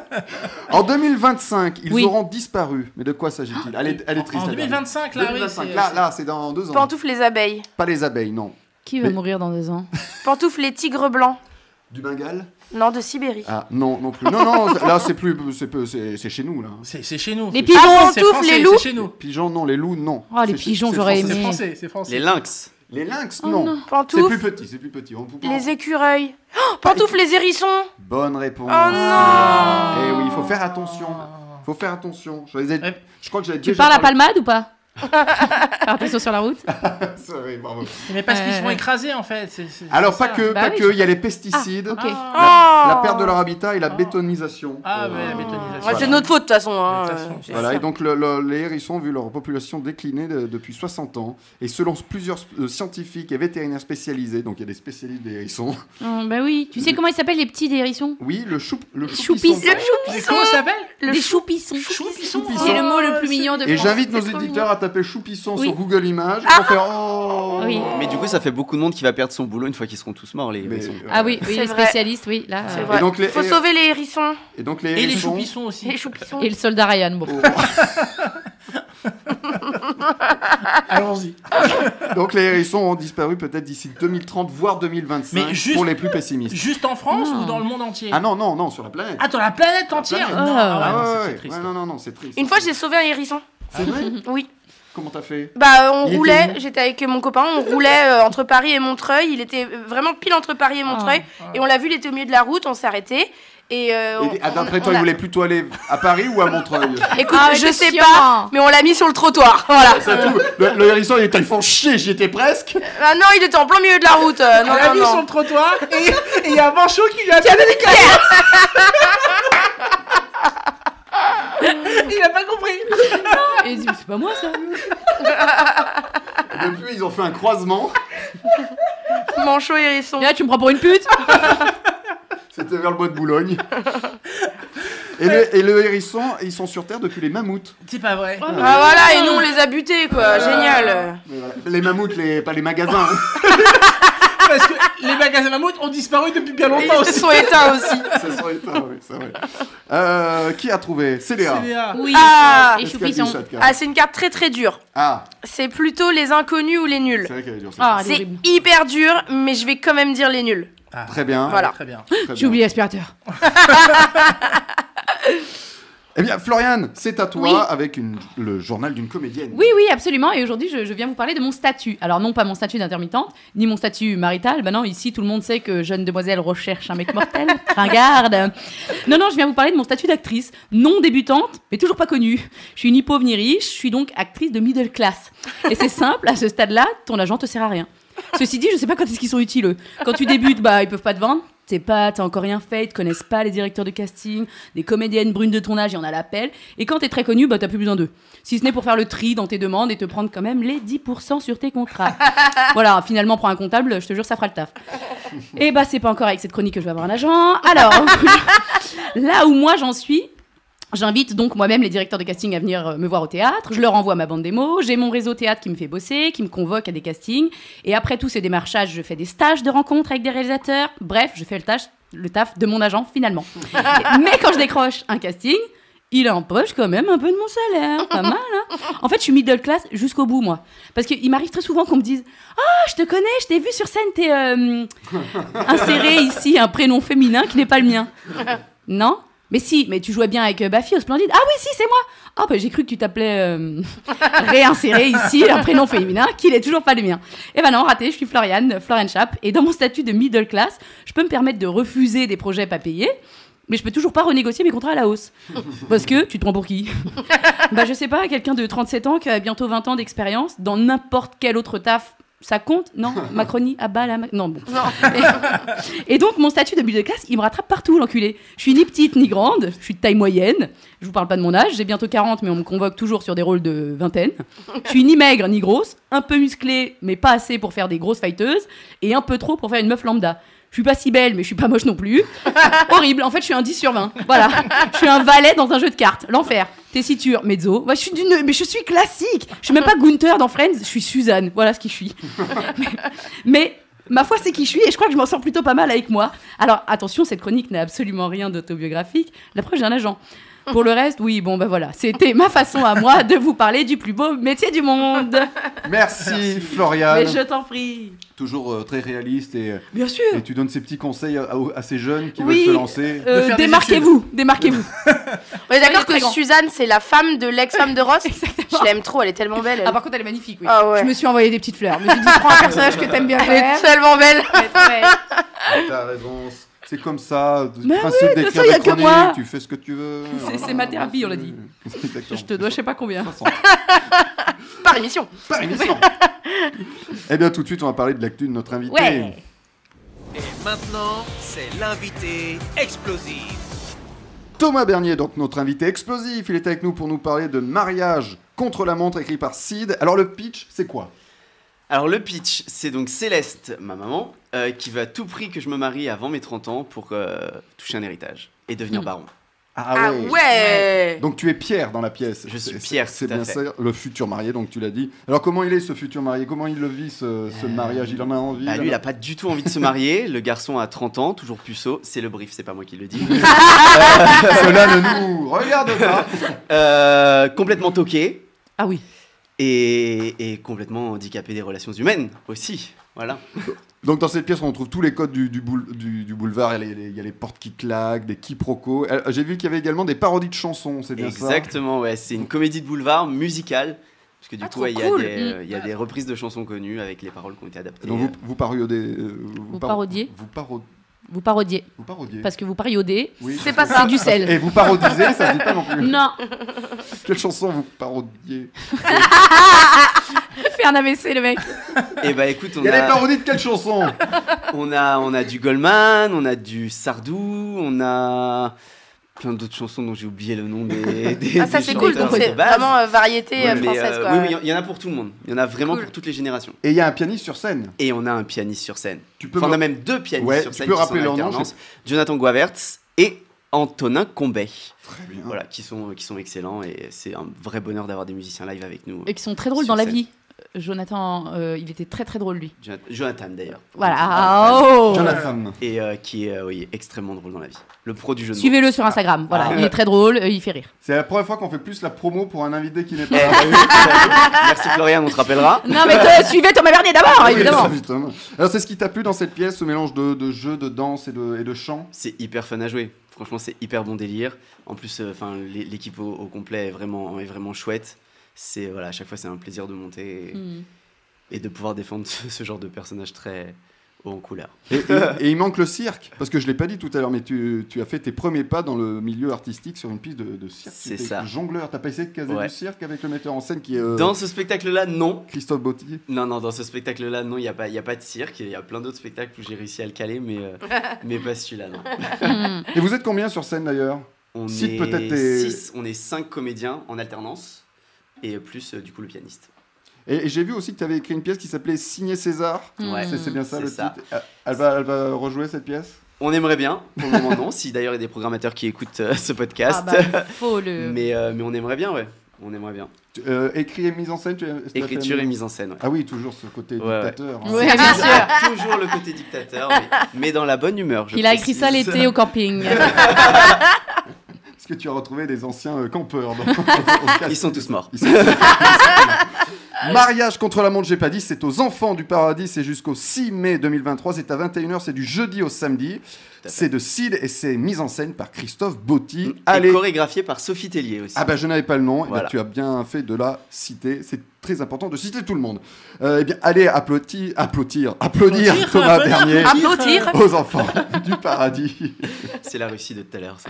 Speaker 2: En 2025, ils
Speaker 3: Oui.
Speaker 2: auront disparu. Mais de quoi s'agit-il elle est, elle est triste.
Speaker 6: En
Speaker 2: la dernière.
Speaker 6: 2025, là, oui.
Speaker 2: 2025,
Speaker 6: c'est-
Speaker 2: là, là, c'est dans deux ans.
Speaker 7: Pantoufles les abeilles.
Speaker 2: Pas les abeilles, non.
Speaker 3: Qui va
Speaker 2: Mais-
Speaker 3: mourir dans deux ans
Speaker 7: Pantoufles les tigres blancs.
Speaker 2: Du Bengale
Speaker 7: Non, de Sibérie.
Speaker 2: Ah, non, non plus. Non, non, là, c'est plus. c'est peu- C'est c'est chez nous, là.
Speaker 6: C'est c'est chez nous.
Speaker 3: Les
Speaker 6: C'est-
Speaker 3: pigeons.
Speaker 7: Ah,
Speaker 6: c'est
Speaker 7: pantoufles,
Speaker 6: français,
Speaker 7: les loups.
Speaker 6: C'est chez nous.
Speaker 2: Pigeons, non. Les loups, non.
Speaker 3: Oh, les
Speaker 2: C'est chez-
Speaker 3: pigeons,
Speaker 2: c'est
Speaker 3: j'aurais
Speaker 2: français.
Speaker 3: aimé.
Speaker 6: C'est français, c'est français.
Speaker 10: Les lynx.
Speaker 2: Les lynx,
Speaker 3: Oh,
Speaker 2: non.
Speaker 3: non.
Speaker 2: C'est
Speaker 7: Pantoufles
Speaker 2: plus petit, c'est plus petit. On peut pas-
Speaker 7: les écureuils. Oh, pantoufles les hérissons.
Speaker 2: Bonne réponse.
Speaker 7: Oh non
Speaker 2: Eh oui, il faut faire attention. Faut faire attention. Je, les ai-
Speaker 6: Ouais.
Speaker 2: je crois que j'avais
Speaker 3: Ah. Tu
Speaker 2: déjà
Speaker 3: parles à
Speaker 2: parlé-
Speaker 3: Palmade ou pas Fais attention sur la route.
Speaker 2: C'est vrai, bravo.
Speaker 6: Mais parce qu'ils se font
Speaker 3: Euh,
Speaker 6: écraser, en fait. c'est- c'est-
Speaker 2: Alors
Speaker 6: c'est
Speaker 2: pas
Speaker 6: ça.
Speaker 2: que,
Speaker 3: Bah
Speaker 2: pas
Speaker 3: oui, Ah,
Speaker 2: que. Il y a les pesticides,
Speaker 3: ok.
Speaker 2: la, la
Speaker 7: Oh.
Speaker 2: perte de leur habitat et la bétonisation.
Speaker 6: Ah,
Speaker 2: Euh,
Speaker 6: ouais, la bétonisation.
Speaker 7: Ouais,
Speaker 2: Voilà.
Speaker 7: C'est de notre faute de toute façon. hein,
Speaker 6: De toute façon,
Speaker 7: euh,
Speaker 6: c'est
Speaker 2: Voilà, et donc le- le- les hérissons ont vu leur population décliner de- depuis 60 ans. Et selon plusieurs sp- euh, scientifiques et vétérinaires spécialisés, donc il y a des spécialistes des hérissons,
Speaker 3: Oh, bah oui. Tu sais comment ils s'appellent les petits des hérissons
Speaker 2: oui, le, choup, le
Speaker 3: Choupisson.
Speaker 2: choupisson.
Speaker 6: Mais Comment ça s'appelle
Speaker 3: Les choupissons.
Speaker 6: Choupisson.
Speaker 3: C'est le mot le plus mignon de
Speaker 2: Et
Speaker 3: France.
Speaker 2: j'invite nos
Speaker 3: C'est trop
Speaker 2: éditeurs à taper choupisson
Speaker 3: Oui.
Speaker 2: sur Google Images pour faire oh
Speaker 3: mignon. Oui.
Speaker 10: Mais du coup, ça fait beaucoup de monde qui va perdre son boulot une fois qu'ils seront tous morts, les
Speaker 2: Mais,
Speaker 10: hérissons.
Speaker 2: euh,
Speaker 3: Ah oui, oui,
Speaker 7: C'est
Speaker 3: les
Speaker 7: vrai.
Speaker 3: spécialistes, oui, là.
Speaker 7: C'est
Speaker 3: euh,
Speaker 7: vrai.
Speaker 2: Et donc les-
Speaker 7: Faut sauver les hérissons.
Speaker 2: Et donc les
Speaker 6: Et les
Speaker 2: hérissons.
Speaker 6: choupissons aussi.
Speaker 7: Les choupissons.
Speaker 3: Et le soldat Ryan, bon.
Speaker 6: Allons-y.
Speaker 2: Donc les hérissons ont disparu peut-être d'ici 2030, voire 2025,
Speaker 6: Mais juste-
Speaker 2: pour les plus pessimistes.
Speaker 6: Juste en France
Speaker 3: Non.
Speaker 6: ou dans le monde entier
Speaker 2: Ah non, non, non, sur la planète.
Speaker 6: Attends, la planète entière
Speaker 2: planète.
Speaker 6: Non,
Speaker 3: Ah,
Speaker 6: ah ouais, non,
Speaker 2: ouais,
Speaker 6: c'est-
Speaker 2: ouais,
Speaker 6: c'est triste.
Speaker 2: ouais, non, non, non, c'est triste.
Speaker 7: Une fois, j'ai sauvé un hérisson.
Speaker 2: C'est vrai
Speaker 7: Oui.
Speaker 2: Comment t'as fait
Speaker 7: Bah, on
Speaker 2: Il était
Speaker 7: roulait,
Speaker 2: où
Speaker 7: j'étais avec mon copain, on roulait euh, entre Paris et Montreuil. Il était euh, vraiment pile entre Paris et Montreuil. Et on l'a vu, il était au milieu de la route, on s'est arrêté. Et, euh, on-
Speaker 2: Et ah, D'après
Speaker 7: on-
Speaker 2: toi,
Speaker 7: on
Speaker 2: il
Speaker 7: a-
Speaker 2: voulait plutôt aller à Paris ou à Montreuil
Speaker 7: Écoute,
Speaker 3: Ah, mais
Speaker 7: je
Speaker 3: c'est
Speaker 7: sais
Speaker 3: chiant.
Speaker 7: pas, mais on l'a mis sur le trottoir. Voilà.
Speaker 2: C'est tout. Le, le hérisson, il était, ils font chier, j'y étais presque.
Speaker 7: Ah non, il était en plein milieu de la route. euh,
Speaker 6: On
Speaker 7: non,
Speaker 6: l'a
Speaker 7: non,
Speaker 6: mis
Speaker 7: non.
Speaker 6: sur le trottoir et et il y a un manchot qui lui a donné des claques. Il a pas compris.
Speaker 3: Et dis, c'est pas moi ça.
Speaker 2: Depuis, ils ont fait un croisement.
Speaker 7: Manchot hérisson.
Speaker 3: Et là, tu me prends pour une pute
Speaker 2: C'était vers le bois de Boulogne. Et le, et le hérisson, ils sont sur Terre depuis les mammouths.
Speaker 6: C'est pas vrai.
Speaker 7: Ah voilà, et nous on les a butés quoi, génial.
Speaker 2: Mais voilà. Les mammouths, les, pas les magasins. hein.
Speaker 6: Parce que les magasins mammouths ont disparu depuis bien
Speaker 7: Et
Speaker 6: longtemps
Speaker 7: Ils se
Speaker 6: aussi.
Speaker 7: sont éteints aussi.
Speaker 2: Ça serait éteint, oui, c'est vrai. Euh, qui a trouvé Céléa.
Speaker 6: CDA.
Speaker 3: Oui.
Speaker 7: Ah,
Speaker 3: et
Speaker 2: Qu'est-ce qu'elle dit,
Speaker 3: choupisson.
Speaker 2: cette carte
Speaker 7: Ah, c'est une carte très très dure.
Speaker 2: Ah,
Speaker 7: C'est plutôt les inconnus ou les nuls.
Speaker 2: c'est vrai qu'elle est dure. cette
Speaker 3: Ah, elle est
Speaker 7: C'est
Speaker 3: horrible.
Speaker 7: hyper dur, mais je vais quand même dire les nuls.
Speaker 2: carte. Très bien.
Speaker 7: Voilà.
Speaker 6: Très bien.
Speaker 2: très
Speaker 3: J'ai
Speaker 2: bien.
Speaker 3: oublié l'aspirateur.
Speaker 2: Eh bien, Floriane, c'est à toi
Speaker 3: Oui.
Speaker 2: avec une- le journal d'une comédienne.
Speaker 3: Oui, oui, absolument. Et aujourd'hui, je, je viens vous parler de mon statut. Alors, non pas mon statut d'intermittente, ni mon statut marital. Ben non, ici, tout le monde sait que jeune demoiselle recherche un mec mortel. Ringarde. Non, non, je viens vous parler de mon statut d'actrice. Non débutante, mais toujours pas connue. Je suis ni pauvre ni riche. Je suis donc actrice de middle class. Et c'est simple, à ce stade-là, ton agent te sert à rien. Ceci dit, je sais pas quand est-ce qu'ils sont utiles. eux. Quand tu débutes, bah ils peuvent pas te vendre. T'es pas, t'as encore rien fait, ils te connaissent pas les directeurs de casting, des comédiennes brunes de ton âge, il y en a à l'appel. Et quand t'es très connu, bah t'as plus besoin d'eux. Si ce n'est pour faire le tri dans tes demandes et te prendre quand même les 10% sur tes contrats. voilà, finalement, prends un comptable, je te jure, ça fera le taf. Et bah c'est pas encore avec cette chronique que je vais avoir un agent. Alors, là où moi j'en suis, J'invite donc moi-même les directeurs de casting à venir euh, me voir au théâtre, je leur envoie ma bande démo, j'ai mon réseau théâtre qui me fait bosser, qui me convoque à des castings, et après tous ces démarchages, je fais des stages de rencontres avec des réalisateurs, bref, je fais le tâche le taf de mon agent finalement. Mais quand je décroche un casting, il empoche quand même un peu de mon salaire, pas mal. hein. en fait, je suis middle class jusqu'au bout, moi. Parce qu'il m'arrive très souvent qu'on me dise Ah, je te connais, je t'ai vu sur scène, t'es euh, inséré ici un prénom féminin qui n'est pas le mien. Non Mais si, mais tu jouais bien avec euh, Baffy au Splendide. Ah oui, si, c'est moi Ah, bah j'ai cru que tu t'appelais euh, réinséré ici un prénom féminin qui n'est toujours pas le mien. Et ben non, raté, je suis Floriane, Floriane Chap. Et dans mon statut de middle class, je peux me permettre de refuser des projets pas payés. Mais je peux toujours pas renégocier mes contrats à la hausse. Parce que tu te prends pour qui Bah je sais pas, quelqu'un de 37 ans qui a bientôt 20 ans d'expérience dans n'importe quel autre taf, ça compte Non, Macronie à bas la ma- non bon. Et, et donc mon statut de but de classe, il me rattrape partout l'enculé. Je suis ni petite ni grande, je suis de taille moyenne. Je vous parle pas de mon âge, j'ai bientôt 40 mais on me convoque toujours sur des rôles de vingtaine. Je suis ni maigre ni grosse, un peu musclée mais pas assez pour faire des grosses fighteuses et un peu trop pour faire une meuf lambda. Je suis pas si belle, mais je suis pas moche non plus. Horrible. En fait, je suis un 10 sur 20. Voilà. Je suis un valet dans un jeu de cartes. L'enfer. Tessiture, mezzo. Ouais, je suis d'une... Mais je suis classique. Je suis même pas Gunther dans Friends. Je suis Suzanne. Voilà ce qui je suis. Mais- mais ma foi, c'est qui je suis et je crois que je m'en sors plutôt pas mal avec moi. Alors attention, cette chronique n'a absolument rien d'autobiographique. La preuve, j'ai un agent. Pour le reste, oui, bon, ben voilà. C'était ma façon à moi de vous parler du plus beau métier du monde.
Speaker 2: Merci Florian.
Speaker 3: Mais je t'en prie.
Speaker 2: Toujours euh, très réaliste et,
Speaker 3: Ah Bien sûr.
Speaker 2: et tu donnes ces petits conseils à, à ces jeunes qui
Speaker 3: Oui,
Speaker 2: veulent se lancer.
Speaker 3: euh, De faire des démarquez-vous, démarquez-vous.
Speaker 7: On est d'accord
Speaker 3: très
Speaker 7: que
Speaker 3: grand.
Speaker 7: Suzanne, c'est la femme de l'ex-femme de Ross Je l'aime trop, elle est tellement belle.
Speaker 3: Ah, par contre, elle est magnifique, oui.
Speaker 7: Ah ouais.
Speaker 3: Je me suis envoyé des petites fleurs. Je me suis dit, prends un personnage que t'aimes bien.
Speaker 7: Elle est tellement belle.
Speaker 2: Ah, T'as raison. C'est comme ça. Le
Speaker 3: Mais
Speaker 2: principe
Speaker 3: oui, de toute
Speaker 2: d'écrire
Speaker 3: façon, y
Speaker 2: des
Speaker 3: a que moi.
Speaker 2: Tu fais ce que tu veux.
Speaker 3: C'est- c'est ma thérapie, on l'a dit.
Speaker 2: Exactement.
Speaker 3: Je te dois, je sais pas combien.
Speaker 7: Par émission.
Speaker 2: Par émission. Eh bien, tout de suite, on va parler de l'actu de notre invité.
Speaker 1: Ouais. Et maintenant, c'est l'invité explosif.
Speaker 2: Thomas Bernier, donc notre invité explosif, il est avec nous pour nous parler de Mariage contre la montre écrit par Sid. Alors le pitch, c'est quoi
Speaker 10: Alors le pitch, c'est donc Céleste, ma maman, euh, qui veut à tout prix que je me marie avant mes 30 ans pour euh, toucher un héritage et devenir
Speaker 3: Mm.
Speaker 2: Hmm.
Speaker 10: baron.
Speaker 7: Ah ouais.
Speaker 2: Donc tu es Pierre dans la pièce.
Speaker 10: Je suis
Speaker 2: C'est-
Speaker 10: Pierre,
Speaker 2: C'est
Speaker 10: tout à
Speaker 2: bien
Speaker 10: fait.
Speaker 2: ça, le futur marié, donc tu l'as dit. Alors comment il est ce futur marié Comment il le vit ce, ce mariage Il en a envie
Speaker 10: Euh, Bah, lui, il n'a pas du tout envie de se marier. Le garçon a 30 ans, toujours puceau. C'est le brief, c'est pas moi qui le dis.
Speaker 2: Cela ne nous regarde pas.
Speaker 10: Euh, complètement toqué.
Speaker 3: Ah oui.
Speaker 10: Et, et complètement handicapé des relations humaines aussi. Voilà.
Speaker 2: Donc dans cette pièce, on trouve tous les codes du, du boule- du- du boulevard. Il y a les- les- il y a les portes qui claquent, des quiproquos. Euh, J'ai vu qu'il y avait également des parodies de chansons, c'est bien ça
Speaker 10: Exactement, ouais. C'est une comédie de boulevard musicale. Parce que du
Speaker 2: Ah,
Speaker 10: coup,
Speaker 2: trop
Speaker 10: ouais, il y a
Speaker 2: cool.
Speaker 10: des- euh,
Speaker 2: Mm.
Speaker 10: il y a des reprises de chansons connues avec les paroles qui ont été adaptées.
Speaker 2: Donc vous, vous parodiez. euh,
Speaker 3: Vous
Speaker 2: paro-
Speaker 3: parodiez
Speaker 2: Vous parodiez.
Speaker 3: Vous parodiez.
Speaker 2: Vous parodiez.
Speaker 3: Parce que vous pariodez,
Speaker 2: Oui,
Speaker 3: c'est
Speaker 2: parce que-
Speaker 3: du sel.
Speaker 2: Et vous parodisez, ça se dit pas non plus.
Speaker 3: Non.
Speaker 2: Quelle chanson vous parodiez
Speaker 3: Il fait un AVC, le mec.
Speaker 10: Et bah écoute, on
Speaker 2: Il y a
Speaker 10: a-
Speaker 2: des parodies de quelle chanson
Speaker 10: on a, on a du Goldman, on a du Sardou, on a plein d'autres chansons dont j'ai oublié le nom des. des-
Speaker 7: Ah, ça,
Speaker 10: des
Speaker 7: c'est cool,
Speaker 10: chanteurs
Speaker 7: donc c'est
Speaker 10: de base.
Speaker 7: vraiment, euh, variété, euh,
Speaker 10: mais,
Speaker 7: française, quoi.
Speaker 10: oui, oui, il y en- il y, en a pour tout le monde. Il y en a vraiment
Speaker 7: Cool.
Speaker 10: pour toutes les générations.
Speaker 2: Et il y a un pianiste sur scène.
Speaker 10: Et on a un pianiste sur scène. Tu
Speaker 2: peux
Speaker 10: on
Speaker 2: me-
Speaker 10: a même deux pianistes
Speaker 2: Ouais,
Speaker 10: sur
Speaker 2: tu
Speaker 10: scène.
Speaker 2: peux
Speaker 10: qui sont
Speaker 2: rappeler
Speaker 10: en
Speaker 2: leur nom,
Speaker 10: alternance. Jonathan Guavertz et Antonin Combet. Voilà, qui sont, qui sont excellents et c'est un vrai bonheur d'avoir des musiciens live avec nous.
Speaker 3: Et qui sont très drôles
Speaker 10: sur
Speaker 3: dans la
Speaker 10: scène.
Speaker 3: vie. Jonathan, euh, il était très très drôle, lui.
Speaker 10: Jonat- Jonathan d'ailleurs.
Speaker 3: Voilà. Oh
Speaker 10: Et euh, qui est euh, oui, extrêmement drôle dans la vie. Le pro du jeu de mots.
Speaker 3: Suivez-le sur Instagram. Voilà,
Speaker 10: Ah.
Speaker 3: il est très drôle, euh, il fait rire.
Speaker 2: C'est la première fois qu'on fait plus la promo pour un invité qui n'est pas.
Speaker 10: Eh, Merci Florian, on te rappellera.
Speaker 3: Non, mais te- suivez Thomas Bernier d'abord,
Speaker 10: Ah,
Speaker 2: Oui,
Speaker 3: évidemment.
Speaker 2: ça, justement. Alors, c'est ce qui t'a plu dans cette pièce, ce mélange de, de jeu, de danse et de, et de chant
Speaker 10: C'est hyper fun à jouer. Franchement, c'est hyper bon délire. En plus, euh, enfin, l'é- l'équipe au, au complet est vraiment, est vraiment chouette. C'est voilà, à chaque fois, c'est un plaisir de monter et,
Speaker 3: Mm.
Speaker 10: et de pouvoir défendre ce, ce genre de personnage très haut en couleur.
Speaker 2: Et, et- et il manque le cirque, parce que je ne l'ai pas dit tout à l'heure, mais tu, tu as fait tes premiers pas dans le milieu artistique sur une piste de, de cirque.
Speaker 10: C'est
Speaker 2: T'es
Speaker 10: ça.
Speaker 2: Jongleur, t'as pas essayé de caser
Speaker 10: Ouais.
Speaker 2: du cirque avec le metteur en scène qui est. euh,
Speaker 10: Dans ce spectacle-là, non.
Speaker 2: Christophe Bautier
Speaker 10: Non, non, dans ce spectacle-là, non, il n'y a, pas- il y a pas de cirque. Il y a plein d'autres spectacles où j'ai réussi à le caler, mais, euh, mais pas celui-là, non.
Speaker 2: Et vous êtes combien sur scène d'ailleurs
Speaker 10: On
Speaker 2: Cite
Speaker 10: est
Speaker 2: peut-être tes-
Speaker 10: six, on est cinq comédiens en alternance, et plus, euh, du coup, le pianiste.
Speaker 2: Et, et j'ai vu aussi que tu avais écrit une pièce qui s'appelait Signer César.
Speaker 10: Ouais.
Speaker 2: C'est c'est bien ça
Speaker 10: C'est
Speaker 2: le
Speaker 10: ça.
Speaker 2: titre. Euh, Elle va, elle va rejouer cette pièce
Speaker 10: On aimerait bien, pour le moment non, si d'ailleurs il y a des programmateurs qui écoutent euh, ce podcast.
Speaker 3: Ah bah, faut le-
Speaker 10: mais, euh, mais on aimerait bien, ouais. On aimerait bien.
Speaker 2: Euh, écrit et mise en scène tu as- tu as
Speaker 10: Écriture
Speaker 2: fait-
Speaker 10: et mise en scène, ouais.
Speaker 2: Ah oui, toujours ce côté
Speaker 10: Ouais, ouais.
Speaker 2: dictateur. hein.
Speaker 10: Oui,
Speaker 3: bien sûr.
Speaker 10: Toujours le côté dictateur, mais, mais dans la bonne humeur. je
Speaker 3: Il a écrit ça
Speaker 10: précise.
Speaker 3: l'été au camping.
Speaker 2: Est-ce que tu as retrouvé des anciens euh, campeurs dans- au- au cas-
Speaker 10: Ils sont tous morts.
Speaker 2: Mariage contre la montre, j'ai pas dit, c'est aux enfants du paradis, c'est jusqu'au 6 mai 2023, c'est à 21h, c'est du jeudi au samedi. C'est de Cid et c'est mis en scène par Christophe Botti.
Speaker 10: Mm, Et
Speaker 2: Allez.
Speaker 10: chorégraphié par Sophie Tellier aussi.
Speaker 2: Ah bah je n'avais pas le nom, Eh ben,
Speaker 10: Voilà.
Speaker 2: tu as bien fait de la citer, c'est très important de citer tout le monde. Euh, eh bien allez applaudir, applaudir, applaudir
Speaker 6: Applaudir,
Speaker 2: Thomas
Speaker 6: applaudir,
Speaker 2: Bernier
Speaker 7: Applaudir.
Speaker 2: aux enfants du paradis.
Speaker 10: C'est la Russie de tout à l'heure, ça.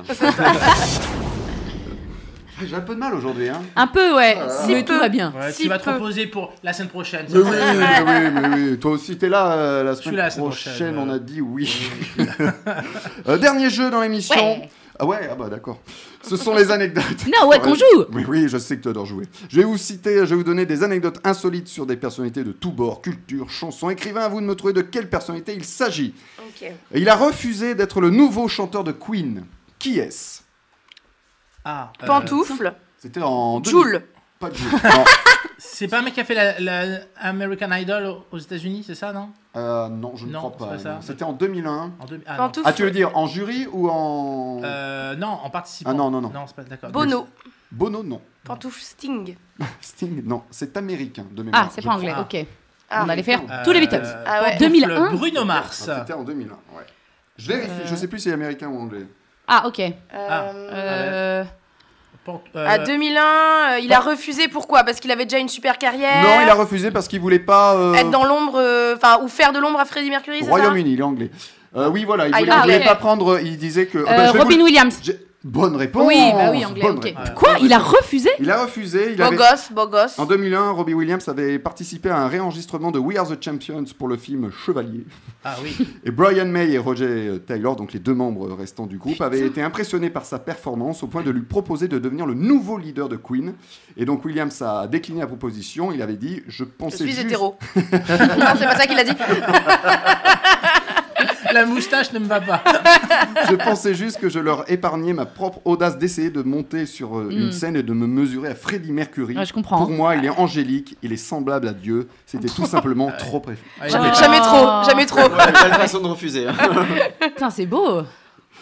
Speaker 2: J'ai un peu de mal aujourd'hui. Hein.
Speaker 3: Un peu, ouais.
Speaker 7: Si
Speaker 3: mais tout
Speaker 7: peu.
Speaker 3: va bien.
Speaker 6: Ouais,
Speaker 7: Si
Speaker 6: tu vas te
Speaker 7: peu.
Speaker 6: reposer pour la semaine prochaine.
Speaker 2: Mais oui, mais oui, mais oui. Toi aussi, t'es là euh, la
Speaker 6: suis
Speaker 2: semaine
Speaker 6: là la semaine
Speaker 2: prochaine,
Speaker 6: prochaine,
Speaker 2: on
Speaker 6: euh.
Speaker 2: a dit oui. Euh, dernier jeu dans l'émission.
Speaker 3: Ouais.
Speaker 2: Ah ouais, ah bah d'accord. Ce sont les anecdotes.
Speaker 3: Non, ouais, qu'on joue.
Speaker 2: Oui, oui, je sais que tu adores jouer. Je vais vous citer, je vais vous donner des anecdotes insolites sur des personnalités de tous bords, culture, chansons, écrivains. À vous de me trouver de quelle personnalité il s'agit.
Speaker 7: Ok.
Speaker 2: Et Il a refusé d'être le nouveau chanteur de Queen. Qui est-ce
Speaker 6: Ah, euh,
Speaker 7: Pantoufle,
Speaker 2: C'était en... 2000.
Speaker 7: Joule.
Speaker 2: Pas Jules. Non.
Speaker 6: c'est pas un mec qui a fait la, la American Idol aux États-Unis, c'est ça, non
Speaker 2: Euh, non, je ne
Speaker 6: Non,
Speaker 2: crois
Speaker 6: c'est
Speaker 2: pas.
Speaker 6: pas ça.
Speaker 2: non. C'était en 2001.
Speaker 6: En deux- ah, non.
Speaker 7: Pantoufle.
Speaker 2: Ah, tu veux dire en jury ou en...
Speaker 6: Euh, non, en participant.
Speaker 2: Ah, non, non, non.
Speaker 6: Non, c'est pas d'accord.
Speaker 7: Bono.
Speaker 2: Bono, non.
Speaker 7: Pantoufle Sting.
Speaker 2: Sting, non. C'est américain, de mémoire.
Speaker 3: Ah, c'est
Speaker 2: je
Speaker 3: pas
Speaker 2: crois.
Speaker 3: anglais,
Speaker 6: crois.
Speaker 3: ok.
Speaker 7: Ah.
Speaker 3: On allait faire
Speaker 6: Euh,
Speaker 3: tous les Beatles.
Speaker 7: Ah ouais.
Speaker 6: Pantoufle
Speaker 3: 2001.
Speaker 6: Bruno Mars.
Speaker 2: Ah, C'était en 2001, ouais. Je vérifie,
Speaker 3: Euh.
Speaker 2: je sais plus si c'est américain ou anglais.
Speaker 3: Ah, ok.
Speaker 6: Ah.
Speaker 7: Euh,
Speaker 3: Euh,
Speaker 6: Pan- euh,
Speaker 7: À 2001, euh, il a refusé pourquoi Parce qu'il avait déjà une super
Speaker 3: Euh.
Speaker 7: carrière.
Speaker 2: Non, il a refusé parce qu'il voulait pas... euh,
Speaker 7: Être dans l'ombre, euh, enfin, ou faire de l'ombre à Freddie Mercury, c'est ça
Speaker 2: Royaume-Uni, il est anglais. Euh, oui, voilà, il
Speaker 7: Ah,
Speaker 2: voulait,
Speaker 7: il est
Speaker 2: il voulait
Speaker 7: anglais.
Speaker 2: pas prendre... Il disait que... Ah, bah,
Speaker 3: euh,
Speaker 2: je vais vous
Speaker 3: Robin
Speaker 2: le-
Speaker 3: Williams.
Speaker 2: J'ai- Bonne réponse
Speaker 3: Oui, bah oui, anglais,
Speaker 2: bonne
Speaker 3: ok. Oh,
Speaker 2: réponse.
Speaker 3: Quoi Il a refusé
Speaker 2: Il a refusé, il
Speaker 7: Beau
Speaker 2: avait...
Speaker 7: gosse, beau gosse.
Speaker 2: En 2001, Robbie Williams avait participé à un réenregistrement de We Are the Champions pour le film Chevalier.
Speaker 6: Ah oui.
Speaker 2: Et Brian May et Roger Taylor, donc les deux membres restants du groupe, avaient été impressionnés par sa performance au point de lui proposer de devenir le nouveau leader de Queen. Et donc Williams a décliné la proposition. Il avait dit Je
Speaker 7: Je
Speaker 2: pensais
Speaker 7: suis
Speaker 2: juste-
Speaker 7: hétéro. non, c'est pas ça qu'il a dit.
Speaker 6: La moustache ne me va pas.
Speaker 2: je pensais juste que je leur épargnais ma propre audace d'essayer de monter sur euh, une
Speaker 3: Mm.
Speaker 2: scène et de me mesurer à Freddie Mercury.
Speaker 3: Ouais, Ah, je comprends.
Speaker 2: Pour moi, il est angélique, il est semblable à Dieu. C'était tout simplement trop préféré.
Speaker 6: Ouais,
Speaker 3: Jamais-
Speaker 6: il est-
Speaker 7: Jamais trop, jamais trop.
Speaker 10: Ouais, belle façon de refuser. hein.
Speaker 3: Putain, c'est beau.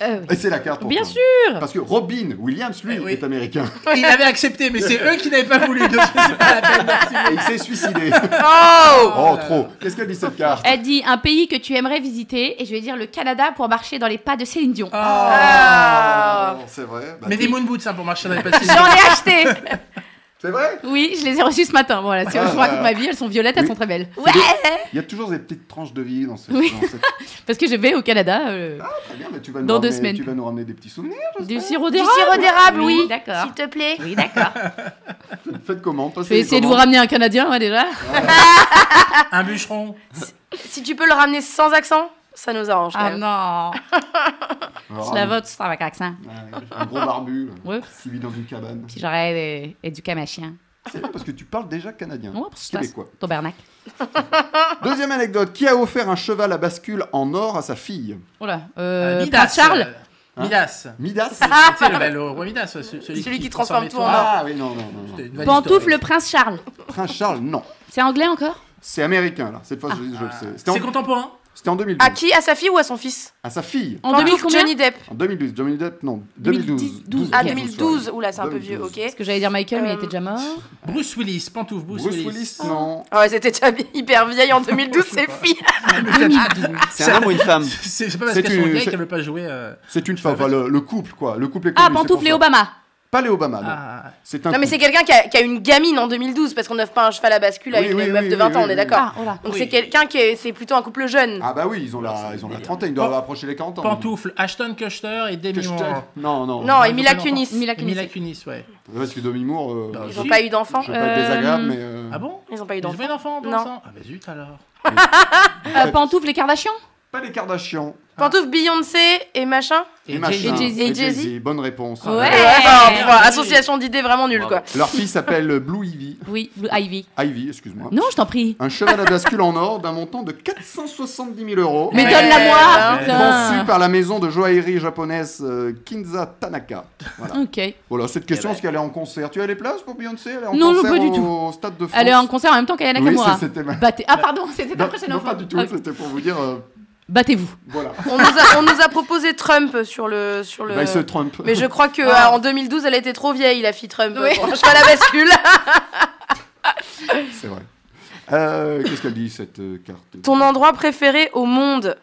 Speaker 3: Euh, oui.
Speaker 2: Et c'est la carte. pour
Speaker 3: Bien
Speaker 2: toi.
Speaker 3: sûr.
Speaker 2: Parce que Robin Williams, lui,
Speaker 6: Eh oui.
Speaker 2: est américain.
Speaker 6: Il avait accepté, mais c'est eux qui n'avaient pas voulu. Donc c'est pas la peine. Merci.
Speaker 2: Et il s'est suicidé.
Speaker 7: Oh
Speaker 2: Oh, trop. Qu'est-ce qu'elle dit cette carte
Speaker 3: Elle dit un pays que tu aimerais visiter et je vais dire le Canada pour marcher dans les pas de Céline
Speaker 6: Oh.
Speaker 3: Dion.
Speaker 7: Ah.
Speaker 2: Oh, C'est vrai. Bah,
Speaker 6: Mais des moon boots hein, pour marcher dans les pastilles.
Speaker 3: J'en ai acheté.
Speaker 2: C'est vrai
Speaker 3: Oui, je les ai reçues ce matin. Voilà, si
Speaker 2: Ah,
Speaker 3: je vous raconte
Speaker 2: bah.
Speaker 3: ma vie, elles sont violettes, elles
Speaker 2: Oui.
Speaker 3: sont très belles.
Speaker 7: Ouais
Speaker 2: Il y a toujours des petites tranches de vie dans ce.
Speaker 3: Oui.
Speaker 2: dans cette- Ah,
Speaker 3: Parce que je vais au Canada. euh,
Speaker 2: Très bien, mais tu vas nous
Speaker 3: Dans deux
Speaker 2: ramener-
Speaker 3: semaines.
Speaker 2: Tu vas nous ramener des petits souvenirs.
Speaker 3: du sirop
Speaker 7: Du
Speaker 3: d'érable.
Speaker 7: sirop d'érable, oui.
Speaker 3: D'accord.
Speaker 7: S'il te plaît.
Speaker 3: Oui, d'accord.
Speaker 2: Faites comment
Speaker 3: Je vais essayer de vous ramener un Canadien, moi, déjà.
Speaker 6: Un bûcheron.
Speaker 7: Si tu peux le ramener sans accent, ça nous arrange. quand
Speaker 3: Ah
Speaker 7: même.
Speaker 3: non.
Speaker 2: Ah.
Speaker 3: Je la vote, ça avec accent.
Speaker 2: Un gros barbu là,
Speaker 3: Ouais.
Speaker 2: qui vit dans une cabane.
Speaker 3: Puis j'aurais euh, éduqué ma chien.
Speaker 2: C'est bien parce que tu parles déjà canadien.
Speaker 3: Oh, parce que
Speaker 2: Québécois.
Speaker 3: c'est Tobernac.
Speaker 2: Deuxième anecdote qui a offert un cheval à bascule en or à sa fille
Speaker 3: Oh là.
Speaker 6: Euh,
Speaker 3: Euh,
Speaker 6: Midas,
Speaker 3: Prince Charles.
Speaker 6: euh, Midas.
Speaker 2: Midas
Speaker 6: C'est le, bah, le roi Midas, ce- celui,
Speaker 7: Ah. Celui qui transforme tout en
Speaker 6: les toits.
Speaker 2: Ah oui, non, non, non. non.
Speaker 6: C'était une vanne
Speaker 3: Pantoufle, le
Speaker 6: historique.
Speaker 3: prince Charles.
Speaker 2: Prince Charles, non.
Speaker 3: C'est anglais encore
Speaker 2: C'est américain là, cette fois je, je le sais. C'était
Speaker 6: C'est
Speaker 2: en,
Speaker 6: contemporain.
Speaker 2: c'était en 2012.
Speaker 7: À qui À sa fille ou à son fils
Speaker 2: À sa fille.
Speaker 3: En 2000
Speaker 7: Pantoufle
Speaker 3: combien
Speaker 7: Johnny Depp.
Speaker 2: En 2012. 2012, non. 2012.
Speaker 3: 2012.
Speaker 2: 12,
Speaker 7: Ah,
Speaker 3: Ok.
Speaker 7: 2012.
Speaker 2: sorry.
Speaker 7: Oula, c'est un peu vieux,
Speaker 2: 2012.
Speaker 7: ok.
Speaker 3: Parce que j'allais dire Michael, mais il
Speaker 7: Euh,
Speaker 3: était déjà mort. Ah,
Speaker 6: Bruce Willis, pantoufle Bruce,
Speaker 2: Bruce Willis, non.
Speaker 7: Ah ouais, c'était déjà hyper vieille en 2012, c'est fille.
Speaker 10: C'est un homme ou une femme
Speaker 6: Ah, C'est c'est pas parce
Speaker 2: C'est
Speaker 6: qu'elles sont
Speaker 2: une-
Speaker 6: gays
Speaker 2: c'est-
Speaker 6: qu'elles veulent pas jouer. euh,
Speaker 2: C'est une femme, enfin, le, le couple quoi. Le couple est connu,
Speaker 3: Ah,
Speaker 2: c'est pour
Speaker 3: pantoufle et
Speaker 2: ça.
Speaker 3: Obama.
Speaker 2: Pas les Obama, non.
Speaker 6: à-
Speaker 2: C'est un
Speaker 7: Non, mais
Speaker 2: couple.
Speaker 7: c'est quelqu'un qui a, qui a une gamine en 2012 parce qu'on n'offre pas un cheval à bascule à
Speaker 2: Oui,
Speaker 7: une
Speaker 2: oui,
Speaker 7: meuf
Speaker 2: oui,
Speaker 7: de 20
Speaker 2: oui,
Speaker 7: ans,
Speaker 2: oui,
Speaker 7: on
Speaker 2: oui.
Speaker 7: est d'accord.
Speaker 3: Ah, oh là.
Speaker 7: Donc
Speaker 6: Oui.
Speaker 7: c'est quelqu'un qui est, c'est plutôt un couple jeune.
Speaker 2: Ah bah oui, ils ont la, ils ont la trentaine, ils doivent approcher les 40 ans.
Speaker 6: Pantoufle, Ashton Kutcher et
Speaker 2: Que
Speaker 6: Demi
Speaker 2: je te-
Speaker 6: Moore.
Speaker 2: Non, non.
Speaker 7: non,
Speaker 6: Ah,
Speaker 7: et Mila
Speaker 6: je
Speaker 7: Kunis.
Speaker 6: comprends.
Speaker 3: Mila Kunis.
Speaker 6: Mila Kunis, ouais.
Speaker 2: Parce que Demi Moore, euh,
Speaker 6: Bah,
Speaker 7: Ils
Speaker 6: si.
Speaker 7: n'ont pas eu d'enfant.
Speaker 2: je veux pas être
Speaker 3: Euh,
Speaker 2: désagréable, mais... euh,
Speaker 6: Ah bon
Speaker 7: Ils n'ont pas eu
Speaker 6: Ils ont
Speaker 7: d'enfant.
Speaker 6: pas eu d'enfant,
Speaker 7: Non.
Speaker 6: non Ah bah zut alors.
Speaker 3: Euh, pantoufle et Kardashian
Speaker 2: Pas les Kardashians.
Speaker 7: Pantoufles Beyoncé et machin
Speaker 2: Et machin.
Speaker 7: Jay-Z.
Speaker 2: Et
Speaker 7: Et Jay-Z.
Speaker 2: Jay-Z. Bonne réponse. Euh,
Speaker 7: Ouais, enfin, enfin, association d'idées vraiment nulle quoi.
Speaker 2: Leur fille s'appelle Blue Ivy.
Speaker 3: Oui, Blue Ivy.
Speaker 2: Ivy, excuse-moi.
Speaker 3: Non, je t'en prie.
Speaker 2: Un cheval à bascule en or d'un montant de 470 000 euros.
Speaker 3: Mais donne-la-moi,
Speaker 2: Ouais.
Speaker 3: putain.
Speaker 2: Conçu par la maison de joaillerie japonaise euh, Kinza Tanaka. Voilà.
Speaker 3: Ok.
Speaker 2: Voilà, cette question, est-ce qu'elle est en concert Tu as les places pour Beyoncé Elle est en
Speaker 3: Non, non,
Speaker 2: concert
Speaker 3: pas du
Speaker 2: au
Speaker 3: tout.
Speaker 2: Stade de France
Speaker 3: Elle est en concert en même temps qu'Ayana
Speaker 2: Oui,
Speaker 3: Kamura.
Speaker 2: ça, c'était ma-
Speaker 3: Battez- Ah, pardon, c'était ta
Speaker 2: Non,
Speaker 3: prochaine
Speaker 2: non,
Speaker 3: info.
Speaker 2: pas du tout,
Speaker 3: Ok.
Speaker 2: c'était pour vous dire... euh,
Speaker 3: Battez-vous.
Speaker 2: voilà.
Speaker 7: On nous, a, on nous a proposé Trump sur le. Sur le...
Speaker 2: Bah, ce Trump.
Speaker 7: Mais je crois que
Speaker 2: Ah.
Speaker 7: euh, en 2012, elle était trop vieille, la fille Trump.
Speaker 3: Oui.
Speaker 7: Pour pas la bascule.
Speaker 2: C'est vrai. Euh, Qu'est-ce qu'elle dit, cette euh, carte
Speaker 7: Ton endroit préféré au monde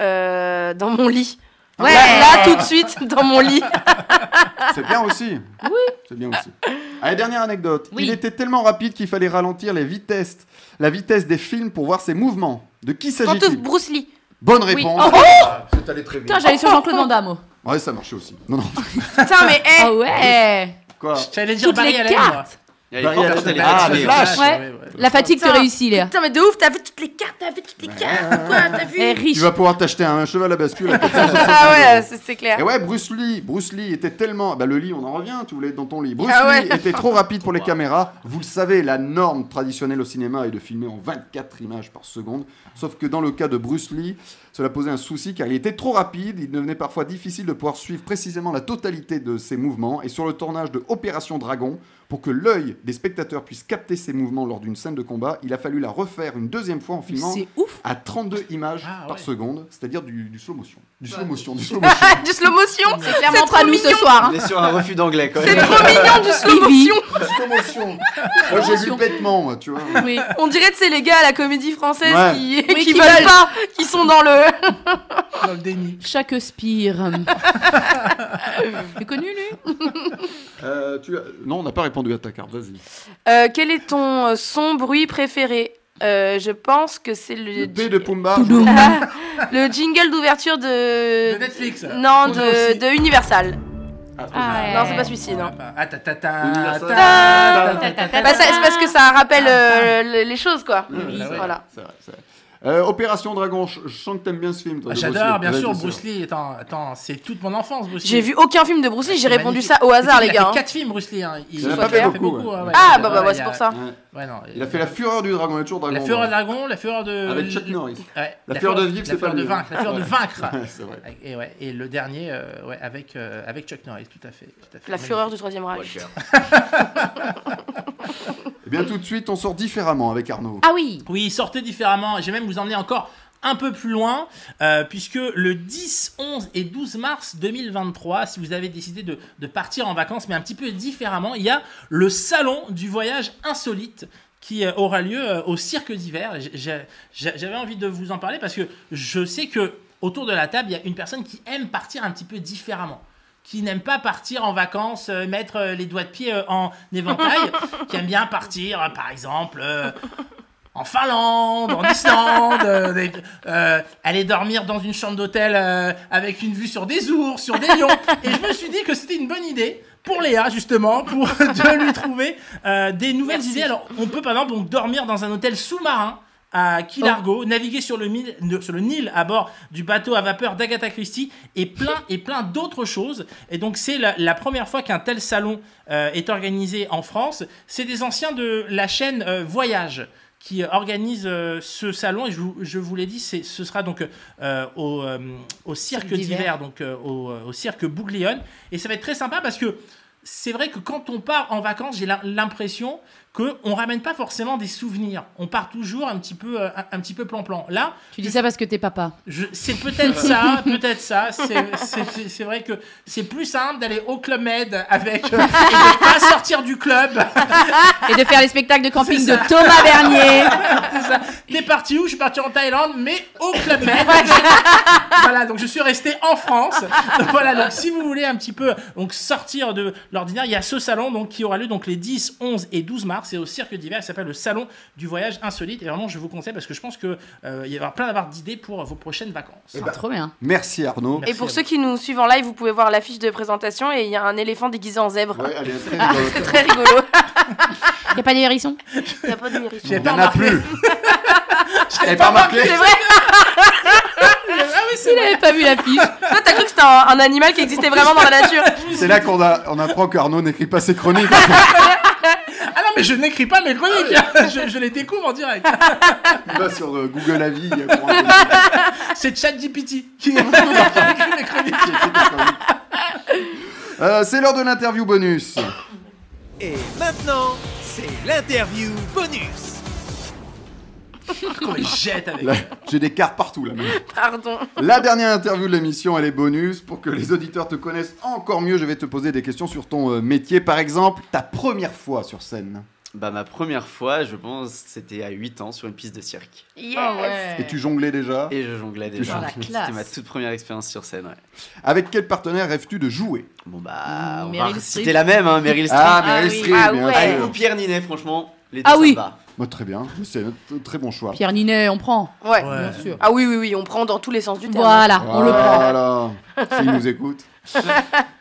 Speaker 7: Euh, Dans mon lit.
Speaker 2: Ouais.
Speaker 7: Là, là, tout de suite, dans mon lit.
Speaker 2: C'est bien aussi.
Speaker 7: Oui.
Speaker 2: C'est bien aussi. Allez, dernière anecdote. Il était tellement rapide qu'il fallait ralentir les vitesses, la vitesse des films pour voir ses mouvements. De qui
Speaker 7: Pantoufle
Speaker 2: s'agit-il
Speaker 7: Bruce Lee.
Speaker 2: Bonne réponse.
Speaker 7: Oui. Oh
Speaker 2: Ah, C'est allé très vite.
Speaker 3: Putain, j'allais sur Jean-Claude Van Damme. oh.
Speaker 2: Ouais, ça marchait aussi. Non, non.
Speaker 7: Putain, mais hé
Speaker 3: Ah ouais
Speaker 2: Quoi
Speaker 6: J'allais dire
Speaker 3: Toutes
Speaker 6: Barry
Speaker 3: les
Speaker 6: Allen, moi.
Speaker 3: cartes.
Speaker 2: Barry Allen,
Speaker 6: portes, elle est
Speaker 2: ah,
Speaker 6: tirée.
Speaker 2: le flash.
Speaker 3: Ouais. La fatigue te
Speaker 7: Putain.
Speaker 3: réussit, Léa.
Speaker 7: Putain, mais de ouf, t'as vu toutes les cartes, t'as vu toutes les cartes. Quoi, t'as vu
Speaker 3: Eh, riche.
Speaker 2: Tu vas pouvoir t'acheter un cheval à bascule. à 460
Speaker 7: Ah ouais,
Speaker 2: euros.
Speaker 7: c'est c'est clair.
Speaker 2: Et Eh ouais, Bruce Lee, Bruce Lee était tellement. Bah, le lit, on en revient, tu voulais être dans ton lit. Bruce
Speaker 7: Ah
Speaker 2: Lee
Speaker 7: ouais.
Speaker 2: était trop rapide pour les caméras. Vous le savez, la norme traditionnelle au cinéma est de filmer en 24 images par seconde. Sauf que dans le cas de Bruce Lee, cela posait un souci car il était trop rapide. Il devenait parfois difficile de pouvoir suivre précisément la totalité de ses mouvements. Et sur le tournage de Opération Dragon, pour que l'œil des spectateurs puisse capter ses mouvements lors d'une scène de combat, il a fallu la refaire une deuxième fois en filmant
Speaker 3: C'est ouf.
Speaker 2: à 32 images par seconde, c'est-à-dire du, du slow motion. Du slow motion, du slow motion.
Speaker 7: du slow motion,
Speaker 3: C'est clairement
Speaker 7: trop
Speaker 3: pas nous
Speaker 7: mignon.
Speaker 3: ce soir. hein.
Speaker 10: On est sur un refus d'anglais quand
Speaker 7: C'est
Speaker 10: même.
Speaker 7: trop mignon du slow
Speaker 3: Ivy.
Speaker 7: motion.
Speaker 2: commotion. Moi, j'ai vu bêtement, moi, tu vois.
Speaker 3: hein. Oui.
Speaker 7: On dirait, tu sais, les gars à la comédie française
Speaker 2: Ouais.
Speaker 7: qui,
Speaker 3: Oui,
Speaker 7: qui,
Speaker 3: qui
Speaker 7: veulent
Speaker 3: veulent.
Speaker 7: pas, qui sont dans le.
Speaker 6: Dans le déni.
Speaker 3: Chaque spire. Tu connu, lui
Speaker 2: Euh, tu as- Non, on n'a pas répondu à ta carte, vas-y.
Speaker 7: Euh, quel est ton euh, son bruit préféré Euh, Je pense que c'est le,
Speaker 2: Le B de Pumba.
Speaker 7: Ah. le jingle d'ouverture de.
Speaker 6: De Netflix.
Speaker 7: Euh,
Speaker 6: Ah,
Speaker 7: Non,
Speaker 6: On a
Speaker 7: de,
Speaker 6: aussi.
Speaker 7: de Universal.
Speaker 3: Ah
Speaker 7: Non, c'est pas
Speaker 3: celui
Speaker 7: celui-ci, non.
Speaker 6: Ah, ta ta ta.
Speaker 2: Universal.
Speaker 6: ta, ta, ta, ta, ta,
Speaker 7: Bah, ça- c'est parce que ça rappelle euh, le- les choses, quoi.
Speaker 2: Oui,
Speaker 6: bah ouais.
Speaker 7: Voilà.
Speaker 2: C'est vrai, c'est vrai. Euh, Opération Dragon, je, je sens que t'aimes bien ce film. toi,
Speaker 6: Ah,
Speaker 2: de
Speaker 6: J'adore,
Speaker 2: Bruce Lee.
Speaker 6: bien
Speaker 2: Ouais,
Speaker 6: sûr, Bruce Lee. Attends, attends, c'est toute mon enfance, Bruce Lee.
Speaker 7: J'ai vu aucun film de Bruce Lee, j'ai
Speaker 6: C'est
Speaker 7: répondu
Speaker 6: magnifique.
Speaker 7: ça au hasard, les gars.
Speaker 6: Il a fait
Speaker 7: hein.
Speaker 6: 4 films, Bruce Lee. hein.
Speaker 2: Il en a
Speaker 6: en
Speaker 2: pas fait beaucoup, ouais.
Speaker 6: hein, ouais.
Speaker 7: Ah, bah, bah,
Speaker 6: Ouais,
Speaker 7: ouais,
Speaker 6: il
Speaker 7: c'est
Speaker 6: a-
Speaker 7: pour ça.
Speaker 2: Ouais.
Speaker 6: Ouais, non. euh,
Speaker 2: Il a fait la fureur du dragon, il y a toujours dragon.
Speaker 6: La fureur
Speaker 2: dans-
Speaker 6: de dragon, la fureur de.
Speaker 2: Avec Chuck Norris.
Speaker 6: Ouais,
Speaker 2: La fureur de vivre, c'est pas
Speaker 6: La fureur de
Speaker 2: lui,
Speaker 6: vaincre,
Speaker 2: hein.
Speaker 6: la fureur de
Speaker 2: Ouais.
Speaker 6: vaincre.
Speaker 2: Ouais, c'est vrai.
Speaker 6: Et, ouais, et le dernier, euh, ouais, avec, euh, avec Chuck Norris, tout à fait. tout à fait.
Speaker 7: La fureur du Troisième Reich.
Speaker 2: Eh bien, tout de suite, on sort différemment avec Arnaud.
Speaker 3: Ah oui
Speaker 6: Oui, sortez différemment. J'ai même vous emmener encore un peu plus loin, euh, puisque le 10, 11 et 12 mars 2023, si vous avez décidé de, de partir en vacances, mais un petit peu différemment, il y a le salon du voyage insolite qui euh, aura lieu euh, au cirque d'hiver. J'ai- j'ai- j'ai- J'avais envie de vous en parler parce que je sais que autour de la table, il y a une personne qui aime partir un petit peu différemment qui n'aime pas partir en vacances, euh, mettre euh, les doigts de pied euh, en éventail, qui aime bien partir, euh, par exemple, euh, en Finlande, en Islande, euh, des- euh, aller dormir dans une chambre d'hôtel euh, avec une vue sur des ours, sur des lions. Et je me suis dit que c'était une bonne idée pour Léa, justement, pour de lui trouver euh, des nouvelles idées. Alors, on peut, par exemple, donc, dormir dans un hôtel sous-marin à Key Largo, naviguer sur le, Nil, ne- sur le Nil à bord du bateau à vapeur d'Agatha Christie et plein, et plein d'autres choses. Et donc c'est la, la première fois qu'un tel salon euh, est organisé en France. C'est des anciens de la chaîne euh, Voyage qui euh, organise euh, ce salon. Et je vous, je vous l'ai dit, c'est- ce sera donc euh, au, euh, au cirque
Speaker 3: Cirque d'hiver.
Speaker 6: d'hiver, donc euh, au, euh, au cirque Bouglione. Et ça va être très sympa parce que c'est vrai que quand on part en vacances, j'ai la- l'impression qu'on ne ramène pas forcément des souvenirs. On part toujours un petit peu euh, un, un petit peu plan-plan. Là,
Speaker 3: Tu dis ça parce que t'es papa.
Speaker 6: je- c'est peut-être ça, peut-être ça. C'est- c'est- C'est c'est vrai que c'est plus simple d'aller au Club Med avec euh, et de pas sortir du club.
Speaker 3: Et de faire les spectacles de camping
Speaker 6: C'est
Speaker 3: de
Speaker 6: ça.
Speaker 3: Thomas Bernier.
Speaker 6: C'est ça. T'es parti où Je suis parti en Thaïlande, mais au Club Med. voilà, donc je suis resté en France. Donc voilà, donc si vous voulez un petit peu donc sortir de l'ordinaire, il y a ce salon donc qui aura lieu donc les 10, 11 et 12 mars et au Cirque d'hiver, il s'appelle le salon du voyage insolite et vraiment je vous conseille parce que je pense que euh, il y aura plein d'avoir d'idées pour vos prochaines
Speaker 2: Eh
Speaker 6: vacances.
Speaker 2: ben,
Speaker 3: Ah, Trop bien.
Speaker 2: Merci Arnaud.
Speaker 6: Merci
Speaker 7: Et pour
Speaker 6: à
Speaker 7: ceux qui nous suivent en live, vous pouvez voir l'affiche de présentation et il y a un éléphant déguisé en zèbre.
Speaker 2: Ouais, elle est très rigolote.
Speaker 7: Très rigolo.
Speaker 3: Y a pas d'hérisson
Speaker 7: Il n'y a pas de mérite.
Speaker 6: J'ai pas remarqué.
Speaker 2: J'avais pas remarqué.
Speaker 7: C'est vrai
Speaker 3: Il avait pas vu la fiche.
Speaker 7: Toi, t'as cru que c'était un, un animal qui existait vraiment dans la nature.
Speaker 2: C'est là qu'on a- on apprend qu'Arnaud n'écrit pas ses chroniques. hein.
Speaker 6: Ah non, mais je n'écris pas mes chroniques.
Speaker 2: Ah
Speaker 6: je, je les découvre en direct.
Speaker 2: Il va sur euh, Google Avis. il y a pour un-
Speaker 6: C'est ChatGPT qui qui écrit mes chroniques.
Speaker 2: Euh, C'est l'heure de l'interview bonus.
Speaker 1: Et maintenant, c'est l'interview bonus.
Speaker 6: Qu'on les jette avec.
Speaker 2: Là, J'ai des cartes partout là. maintenant.
Speaker 7: Pardon.
Speaker 2: La dernière interview de l'émission, elle est bonus. Pour que les auditeurs te connaissent encore mieux, je vais te poser des questions sur ton euh, métier. Par exemple, ta première fois sur scène.
Speaker 10: Bah, ma première fois, je pense, c'était à 8 ans sur une piste de cirque.
Speaker 7: Yes.
Speaker 3: Ah ouais.
Speaker 2: Et tu jonglais déjà.
Speaker 10: Et je jonglais
Speaker 2: Tu
Speaker 10: déjà.
Speaker 2: jonglais.
Speaker 3: La classe.
Speaker 10: C'était ma toute première expérience sur scène, ouais.
Speaker 2: Avec quel partenaire rêves-tu de jouer
Speaker 10: Bon, bah, on
Speaker 3: Meryl
Speaker 10: va
Speaker 3: Streep.
Speaker 10: citer la même, hein, Meryl Streep.
Speaker 2: Ah,
Speaker 7: Ah
Speaker 2: Meryl
Speaker 7: oui.
Speaker 2: Streep,
Speaker 7: Ah
Speaker 2: bien
Speaker 7: ouais.
Speaker 2: sûr.
Speaker 10: Ou Pierre Ninet, franchement, les deux
Speaker 3: Ah
Speaker 10: ça
Speaker 3: oui.
Speaker 10: va.
Speaker 2: Moi, très bien, c'est un t- très bon choix.
Speaker 3: Pierre Ninet, on prend.
Speaker 7: Ouais.
Speaker 6: Ouais.
Speaker 3: Bien sûr.
Speaker 7: Ah oui, oui, oui, on prend dans tous les sens du terme.
Speaker 3: Voilà, on le prend.
Speaker 2: Voilà, s'il nous écoute.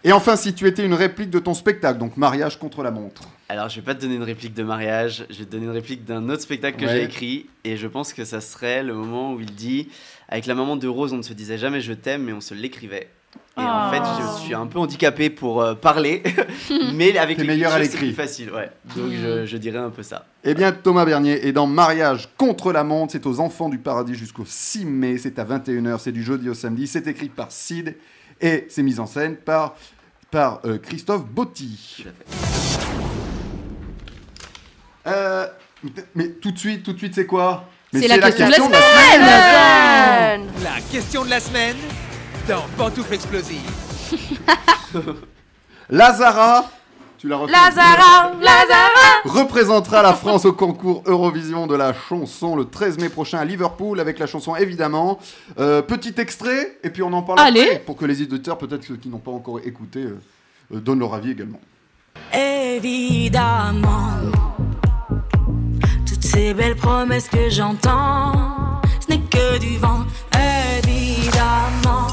Speaker 2: Et enfin, si tu étais une réplique de ton spectacle, donc Mariage contre la montre.
Speaker 10: Alors, je vais pas te donner une réplique de mariage, je vais te donner une réplique d'un autre spectacle que
Speaker 2: Ouais.
Speaker 10: j'ai écrit, et je pense que ça serait le moment où il dit Avec la maman de Rose, on ne se disait jamais je t'aime, mais on se l'écrivait. Et en
Speaker 3: Oh.
Speaker 10: fait, je suis un peu handicapé pour euh, parler, mais avec
Speaker 2: T'es
Speaker 10: les
Speaker 2: meilleur à
Speaker 10: clichés, c'est
Speaker 2: l'écrit.
Speaker 10: plus facile, ouais. Donc, je, je dirais un peu ça.
Speaker 2: Eh bien, Thomas Bernier est dans Mariage contre la montre. C'est aux Enfants du Paradis jusqu'au 6 mai. C'est à 21h. C'est du jeudi au samedi. C'est écrit par Sid et c'est mis en scène par, par euh, Christophe Botti.
Speaker 10: Tout à fait.
Speaker 2: Euh, mais tout de suite, tout de suite, c'est quoi Mais
Speaker 3: C'est la question de la
Speaker 2: semaine.
Speaker 7: Fun.
Speaker 1: La question de la semaine dans Pantoufle Explosive.
Speaker 2: Lazara, tu la refais.
Speaker 3: Ah,
Speaker 7: Lazara, Lazara.
Speaker 2: représentera la France au concours Eurovision de la chanson le 13 mai prochain à Liverpool avec la chanson évidemment. Euh, petit extrait et puis on en parle
Speaker 3: Allez.
Speaker 2: après, pour que les auditeurs peut-être ceux qui n'ont pas encore écouté euh, euh, donnent leur avis également.
Speaker 11: Évidemment, toutes ces belles promesses que j'entends, ce n'est que du vent. Évidemment,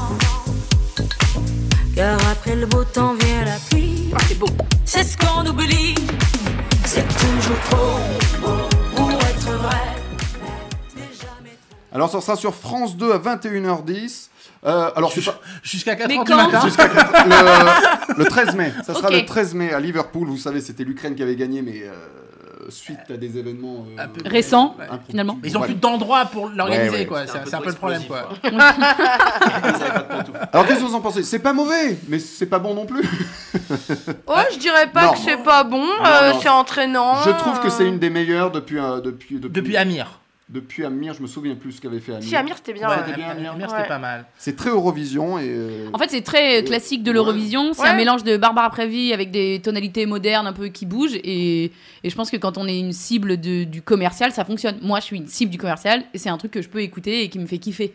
Speaker 11: car après le beau temps vient la pluie. c'est beau. C'est ce qu'on oublie. C'est toujours trop beau pour être vrai. mais ce n'est jamais
Speaker 2: Alors ça sera sur France 2 à 21h10. Euh, alors c'est pas-
Speaker 6: Jusqu'à
Speaker 3: Mais
Speaker 6: 4h du
Speaker 3: quand
Speaker 6: matin.
Speaker 2: le, le 13 mai. Ça sera
Speaker 3: Ok.
Speaker 2: le 13 mai à Liverpool. Vous savez, c'était l'Ukraine qui avait gagné, mais euh, suite à des événements euh,
Speaker 6: Un peu-
Speaker 3: Récent,
Speaker 6: Ouais.
Speaker 2: impromptus.
Speaker 3: finalement.
Speaker 6: Mais Ils ont
Speaker 2: Voilà.
Speaker 6: plus d'endroit pour l'organiser,
Speaker 2: Ouais, ouais.
Speaker 6: quoi. C'est c'est un peu le problème, quoi.
Speaker 2: Alors qu'est-ce que vous en pensez C'est pas mauvais, mais c'est pas bon non plus.
Speaker 7: Oh, je dirais pas
Speaker 2: Non.
Speaker 7: que c'est pas bon, euh,
Speaker 2: non.
Speaker 7: c'est entraînant.
Speaker 2: Je trouve que c'est
Speaker 7: euh,
Speaker 2: une des meilleures depuis un- depuis depuis
Speaker 6: Depuis Amir.
Speaker 2: depuis Amir. Je me souviens plus ce qu'avait fait Amir.
Speaker 7: Si Amir, c'était bien.
Speaker 2: Ouais,
Speaker 7: ouais.
Speaker 2: c'était bien, Amir.
Speaker 6: Amir, c'était
Speaker 7: Ouais.
Speaker 6: pas mal.
Speaker 2: C'est très Eurovision et euh,
Speaker 3: En fait, c'est très classique de l'Eurovision. C'est
Speaker 7: Ouais.
Speaker 3: un mélange de Barbara Prévi avec des tonalités modernes un peu qui bougent. Et, et je pense que quand on est une cible de- du commercial, ça fonctionne. Moi, je suis une cible du commercial et c'est un truc que je peux écouter et qui me fait kiffer.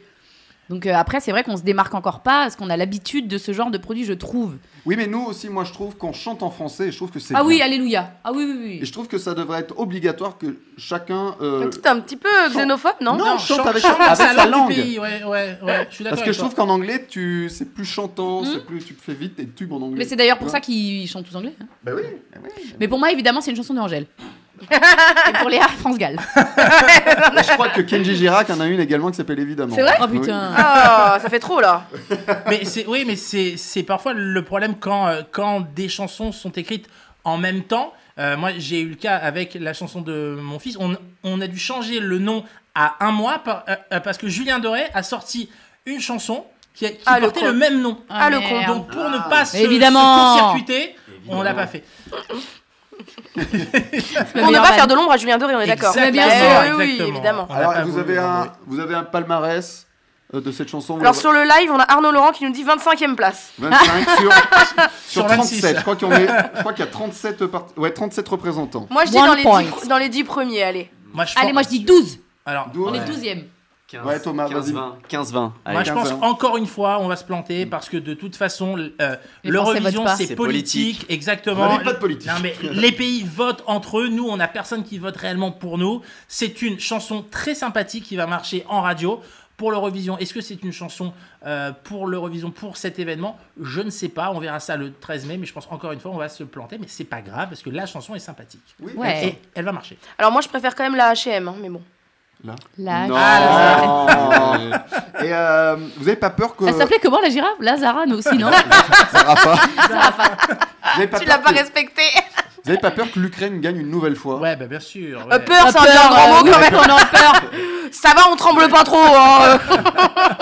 Speaker 3: Donc euh, après, c'est vrai qu'on se démarque encore pas parce qu'on a l'habitude de ce genre de produit, je trouve.
Speaker 2: oui, mais nous aussi, moi, je trouve qu'on chante en français. Et je trouve que c'est
Speaker 3: Ah oui,
Speaker 2: bien.
Speaker 3: alléluia. Ah oui, oui,
Speaker 2: Et
Speaker 3: oui.
Speaker 2: je trouve que ça devrait être obligatoire que chacun. euh,
Speaker 7: C'était un petit peu
Speaker 2: Chant.
Speaker 7: xénophobe, non
Speaker 2: Non, chante
Speaker 6: chante-
Speaker 2: avec-
Speaker 6: chante
Speaker 2: avec
Speaker 6: sa
Speaker 2: sa
Speaker 6: langue du
Speaker 2: langue.
Speaker 6: pays, Ouais, ouais, ouais. Je
Speaker 2: Parce
Speaker 6: suis d'accord.
Speaker 2: que
Speaker 6: avec
Speaker 2: je
Speaker 6: toi.
Speaker 2: trouve qu'en anglais, tu c'est plus chantant,
Speaker 3: Hmm.
Speaker 2: c'est plus tu te fais vite et tubes en anglais.
Speaker 3: Mais c'est d'ailleurs pour
Speaker 2: Ouais.
Speaker 3: ça qu'ils chantent tous anglais. hein.
Speaker 2: Bah oui. bah oui.
Speaker 3: Mais pour moi, évidemment, c'est une chanson de Angèle. et pour Léa, France Gall.
Speaker 2: Et je crois que Kenji Girac en a une également qui s'appelle évidemment.
Speaker 7: C'est vrai
Speaker 3: Oh
Speaker 2: Oui.
Speaker 3: putain.
Speaker 7: Ah, ça fait trop là.
Speaker 6: Mais c'est oui, mais c'est c'est parfois le problème quand euh, quand des chansons sont écrites en même temps. Euh, moi, j'ai eu le cas avec la chanson de mon fils. On, on a dû changer le nom à un mois par- euh, euh, parce que Julien Doré a sorti une chanson qui, a- qui
Speaker 7: Ah, le
Speaker 6: portait
Speaker 7: con.
Speaker 6: le, même nom.
Speaker 7: Ah, le con,
Speaker 3: merde.
Speaker 6: Donc pour ne pas se,
Speaker 3: Évidemment.
Speaker 6: se court-circuiter, on l'a pas fait.
Speaker 3: Le
Speaker 7: On ne
Speaker 3: meilleur
Speaker 7: va
Speaker 3: man.
Speaker 7: faire de l'ombre à Julien Doré, on est d'accord.
Speaker 3: Mais bien
Speaker 7: Eh
Speaker 6: sûr.
Speaker 7: oui,
Speaker 6: Exactement.
Speaker 7: évidemment.
Speaker 6: On l'a
Speaker 2: Alors
Speaker 6: pas
Speaker 2: vous
Speaker 6: voulu,
Speaker 2: avez
Speaker 6: on
Speaker 2: un
Speaker 6: l'a pas
Speaker 2: vous avez un palmarès euh, de cette chanson. vous
Speaker 7: Alors
Speaker 2: l'avez-
Speaker 7: sur le live, on a Arnaud Laurent qui nous dit 25ème place.
Speaker 2: 25 sur, sur
Speaker 6: Sur 26.
Speaker 2: 37. Je crois qu'on est- je crois qu'il y a 37 part- ouais 37 représentants.
Speaker 7: Moi, je dis
Speaker 3: One
Speaker 7: dans les,
Speaker 3: point.
Speaker 7: 10, dans les 10 premiers, allez.
Speaker 6: Moi, je
Speaker 3: Allez,
Speaker 6: pense-
Speaker 3: moi je dis 12.
Speaker 6: Alors,
Speaker 2: D'où-
Speaker 3: On est
Speaker 2: Ouais.
Speaker 3: 12ème.
Speaker 10: 15,
Speaker 2: Ouais, Thomas, vas-y.
Speaker 10: 20. 15-20.
Speaker 6: Moi,
Speaker 10: Allez.
Speaker 6: je
Speaker 2: 15
Speaker 6: pense
Speaker 2: ans.
Speaker 6: encore une fois, on va se planter parce que de toute façon, l- euh,
Speaker 3: Les Français
Speaker 6: l'Eurovision,
Speaker 3: votent pas.
Speaker 6: c'est
Speaker 10: C'est
Speaker 6: politique,
Speaker 10: politique.
Speaker 2: On
Speaker 6: exactement.
Speaker 2: n'avait pas de politique.
Speaker 6: Non, mais les pays votent entre eux. Nous, on n'a personne qui vote réellement pour nous. C'est une chanson très sympathique qui va marcher en radio. pour l'Eurovision. Est-ce que c'est une chanson euh, pour l'Eurovision, pour cet événement Je ne sais pas. On verra ça le 13 mai, mais je pense encore une fois, on va se planter. Mais c'est pas grave parce que la chanson est sympathique.
Speaker 7: Oui, Ouais.
Speaker 6: Et elle va marcher.
Speaker 7: Alors moi, je préfère quand même la H&M, hein, mais bon.
Speaker 2: Là.
Speaker 11: La-
Speaker 2: Non.
Speaker 10: Oh,
Speaker 11: Ah,
Speaker 2: Et euh, vous n'avez pas peur que.
Speaker 11: Elle s'appelait comment la girafe Lazarane aussi, non
Speaker 2: Vous n'avez pas,
Speaker 7: Tu
Speaker 2: peur
Speaker 7: l'as pas
Speaker 2: que-
Speaker 7: respecté.
Speaker 2: vous avez pas peur que l'Ukraine gagne une nouvelle fois
Speaker 6: Ouais, bah bien sûr.
Speaker 7: Euh, peur, c'est un bien grand mot quand même. On a peur. Ça va, on tremble pas trop. hein.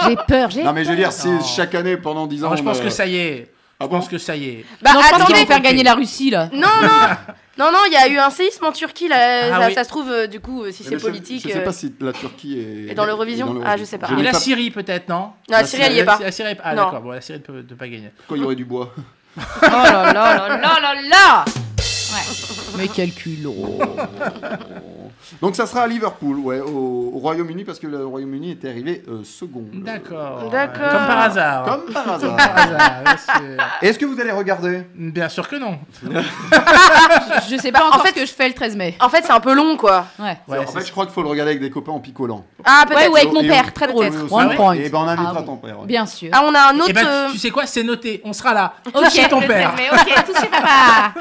Speaker 11: J'ai peur, j'ai.
Speaker 2: Non, mais je veux dire, si chaque année pendant 10 ans.
Speaker 6: Moi, je pense
Speaker 2: euh, ah
Speaker 6: que ça y est. Je pense que ça y est.
Speaker 7: Bah,
Speaker 11: non, je pense qu'ils
Speaker 7: attendez.
Speaker 11: vont faire gagner la Russie là.
Speaker 7: Non, non, non, non. Il y a eu un séisme en Turquie. Là,
Speaker 2: Ah
Speaker 7: ça,
Speaker 2: oui.
Speaker 7: ça se trouve, euh, du coup, euh, si
Speaker 2: mais
Speaker 7: c'est
Speaker 2: je-
Speaker 7: politique.
Speaker 2: Je ne sais
Speaker 7: euh,
Speaker 2: pas si la Turquie est.
Speaker 7: et dans l'Eurovision Ah, je sais pas.
Speaker 6: Et
Speaker 2: l'ai
Speaker 6: la Syrie peut-être, non
Speaker 7: Non, la Syrie, elle y est pas.
Speaker 6: La Syrie, ah
Speaker 7: Non.
Speaker 6: d'accord, bon, la Syrie ne peut, ne peut pas gagner.
Speaker 2: Quand il y aurait du bois.
Speaker 11: Oh là là là là là là Ouais. Mais quel
Speaker 2: culot Donc ça sera à Liverpool, ouais, au, au Royaume-Uni, parce que le Royaume-Uni était arrivé euh, second.
Speaker 6: D'accord.
Speaker 7: D'accord.
Speaker 6: Comme par hasard.
Speaker 2: Comme par hasard.
Speaker 6: ouais, c'est-
Speaker 2: Est-ce que vous allez regarder
Speaker 6: Bien sûr que non.
Speaker 11: Je sais pas encore ce que je fais le 13 mai.
Speaker 7: En fait, c'est un peu long, quoi.
Speaker 11: Ouais.
Speaker 2: en fait, je crois qu'il faut le regarder avec des copains en picolant.
Speaker 7: Ah,
Speaker 11: Ouais,
Speaker 7: peut-être.
Speaker 11: ouais, avec mon
Speaker 2: Et
Speaker 11: père,
Speaker 2: on-
Speaker 11: très drôle.
Speaker 2: Oui, aussi.
Speaker 11: One point.
Speaker 2: Et ben on invitera
Speaker 11: Ah oui.
Speaker 2: ton père. ouais.
Speaker 11: Bien sûr.
Speaker 7: Ah, on a un
Speaker 6: Eh
Speaker 7: autre.
Speaker 6: ben,
Speaker 7: euh,
Speaker 6: tu sais quoi, c'est noté, on sera là.
Speaker 11: Ok,
Speaker 6: chez ton
Speaker 11: le
Speaker 6: père.
Speaker 11: 13 mai, ok, tout chez papa.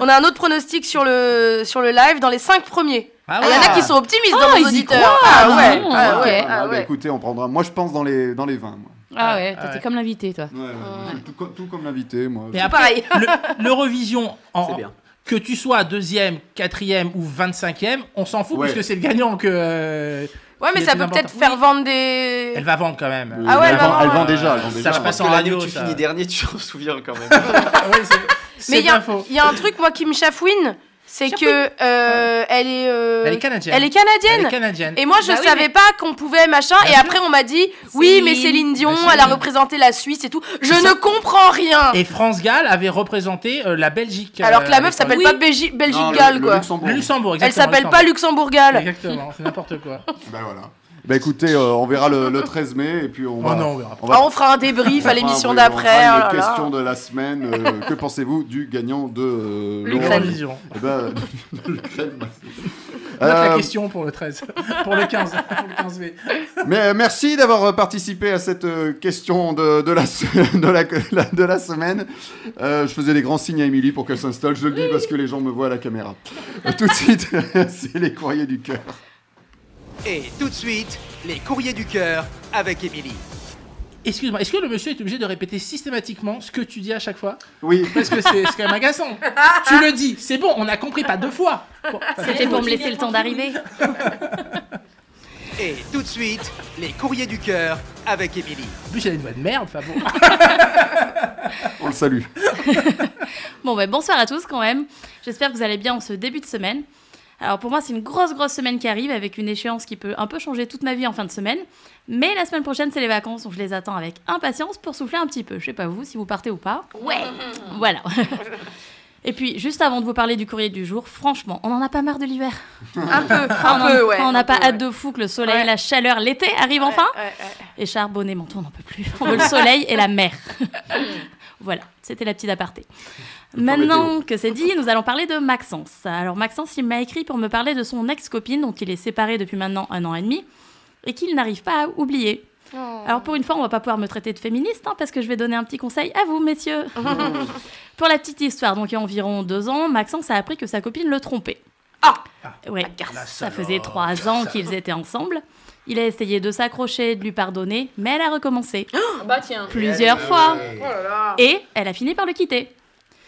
Speaker 7: On a un autre pronostic sur le, sur le live dans les 5 premiers.
Speaker 6: Ah
Speaker 7: Ah, Il y en a
Speaker 2: ouais.
Speaker 7: qui sont optimistes
Speaker 11: Ah,
Speaker 7: dans
Speaker 11: ils y
Speaker 7: nos auditeurs.
Speaker 11: croient,
Speaker 7: Ah ouais,
Speaker 11: non,
Speaker 7: ah
Speaker 11: ok.
Speaker 7: ouais,
Speaker 2: Ah,
Speaker 7: ah
Speaker 2: bah,
Speaker 7: ouais.
Speaker 2: écoutez, on prendra. Moi, je pense dans les, dans les 20. Moi.
Speaker 11: Ah ouais,
Speaker 6: Ah
Speaker 11: toi, t'es
Speaker 6: ouais.
Speaker 11: comme l'invité, toi.
Speaker 2: Ouais, ouais, Tout, co- tout comme l'invité, moi.
Speaker 6: Mais
Speaker 2: Je-
Speaker 6: après,
Speaker 7: Pareil.
Speaker 6: le- l'Eurovision, en-
Speaker 10: C'est bien.
Speaker 6: que tu sois deuxième, quatrième ou 25e, on s'en fout
Speaker 2: Ouais.
Speaker 6: puisque c'est le gagnant que. euh,
Speaker 7: Ouais, mais
Speaker 6: le
Speaker 7: ça
Speaker 6: plus
Speaker 7: peut peut-être
Speaker 6: important.
Speaker 7: faire vendre des.
Speaker 6: Elle va vendre quand même.
Speaker 7: Ah ouais, elle va
Speaker 2: elle
Speaker 7: vendre.
Speaker 2: vend déjà. Elle vend
Speaker 6: Ça
Speaker 2: déjà.
Speaker 6: va
Speaker 10: Je pense
Speaker 6: Passe en
Speaker 10: que l'année
Speaker 6: radio,
Speaker 10: où tu
Speaker 6: ça.
Speaker 10: finis dernier, tu te souviens quand même.
Speaker 6: Ah ouais, c'est-
Speaker 7: Mais
Speaker 6: c'est
Speaker 7: il y, a-
Speaker 6: pas faux.
Speaker 7: il y a un truc, moi, qui me chafouine, c'est que euh, elle est. euh,
Speaker 6: Elle est canadienne.
Speaker 7: Elle est canadienne.
Speaker 6: Elle est canadienne.
Speaker 7: Et moi, je
Speaker 11: Bah oui,
Speaker 7: savais
Speaker 11: mais-
Speaker 7: pas qu'on pouvait machin.
Speaker 6: Bien
Speaker 7: et
Speaker 6: sûr.
Speaker 7: après, on m'a dit oui, mais Céline Dion,
Speaker 6: Céline.
Speaker 7: elle a représenté la Suisse et tout. Je
Speaker 6: C'est
Speaker 7: ne
Speaker 6: ça.
Speaker 7: comprends rien.
Speaker 6: Et France Gall avait représenté euh, la Belgique.
Speaker 7: Alors que
Speaker 6: euh, à
Speaker 7: la meuf
Speaker 6: l'époque.
Speaker 7: s'appelle pas Belgi- Belgique
Speaker 2: Non, le-
Speaker 7: Gall,
Speaker 2: le
Speaker 7: quoi.
Speaker 2: Luxembourg.
Speaker 6: Le Luxembourg,
Speaker 7: Elle
Speaker 6: exactement.
Speaker 7: s'appelle pas Ah, Luxembourg Gall.
Speaker 6: Exactement, c'est n'importe quoi.
Speaker 2: Bah voilà. Bah écoutez, euh, on verra le, le 13 mai et puis on va.
Speaker 6: Oh non, on verra.
Speaker 2: va-
Speaker 7: Ah, on fera un débrief à l'émission
Speaker 2: on fera
Speaker 7: d'après.
Speaker 2: une
Speaker 7: oh là là.
Speaker 2: question de la semaine. euh, que pensez-vous du gagnant de euh,
Speaker 7: L'Ukraine.
Speaker 2: l'Eurovision
Speaker 6: L'Eurovision.
Speaker 2: Eh ben, euh, de l'Ukraine.
Speaker 6: Note la
Speaker 2: Euh,
Speaker 6: question pour le 13, pour le 15, pour le 15 mai.
Speaker 2: mais euh, merci d'avoir euh, participé à cette euh, question de, de la, se- de, la, de la semaine. Euh, je faisais des grands signes à Émilie pour qu'elle s'installe. Je le dis parce que les gens me voient à la caméra. Euh, tout de suite, c'est les courriers du cœur.
Speaker 1: Et tout de suite, les courriers du cœur avec Émilie.
Speaker 6: Excuse-moi, est-ce que le monsieur est obligé de répéter systématiquement ce que tu dis à chaque fois
Speaker 2: Oui.
Speaker 6: Parce que c'est c'est quand même agaçant. tu le dis, c'est bon, on a compris pas deux fois. Bon,
Speaker 11: C'était pour me laisser le temps d'arriver.
Speaker 1: Et tout de suite, les courriers du cœur avec Émilie.
Speaker 6: en plus, elle a une voix de merde, enfin bon.
Speaker 2: On le salue.
Speaker 3: Bon, ben, bonsoir à tous quand même. J'espère que vous allez bien en ce début de semaine. Alors pour moi, c'est une grosse, grosse semaine qui arrive avec une échéance qui peut un peu changer toute ma vie en fin de semaine. Mais la semaine prochaine, c'est les vacances, donc je les attends avec impatience pour souffler un petit peu. Je sais pas vous, si vous partez ou pas. Ouais Voilà. Et puis, juste avant de vous parler du courrier du jour, franchement, on n'en a pas marre de l'hiver.
Speaker 7: Un peu,
Speaker 3: Ah, on en-
Speaker 7: un peu, ouais.
Speaker 3: On n'a
Speaker 7: un
Speaker 3: pas
Speaker 7: peu,
Speaker 3: hâte
Speaker 7: ouais.
Speaker 3: de fou que le soleil,
Speaker 7: Ouais.
Speaker 3: la chaleur, l'été arrive enfin.
Speaker 7: Ouais, ouais, ouais.
Speaker 3: Et charbonner, menton, on n'en peut plus. On veut le soleil et la mer. voilà, c'était la petite aparté. Maintenant que c'est dit, nous allons parler de Maxence. Alors Maxence, il m'a écrit pour me parler de son ex-copine dont il est séparé depuis maintenant un an et demi et qu'il n'arrive pas à oublier.
Speaker 7: Oh.
Speaker 3: Alors pour une fois, on va pas pouvoir me traiter de féministe hein, parce que je vais donner un petit conseil à vous, messieurs. pour la petite histoire, donc il y a environ deux ans, Maxence a appris que sa copine le trompait.
Speaker 7: Ah
Speaker 3: Ah, Ouais,
Speaker 6: la
Speaker 3: ça
Speaker 6: salope,
Speaker 3: faisait trois ans qu'ils étaient ensemble. Il a essayé de s'accrocher, de lui pardonner, mais elle a recommencé
Speaker 11: Bah tiens.
Speaker 6: Eh
Speaker 3: plusieurs fois.
Speaker 7: Ah Oh là là.
Speaker 3: Et elle a fini par le quitter.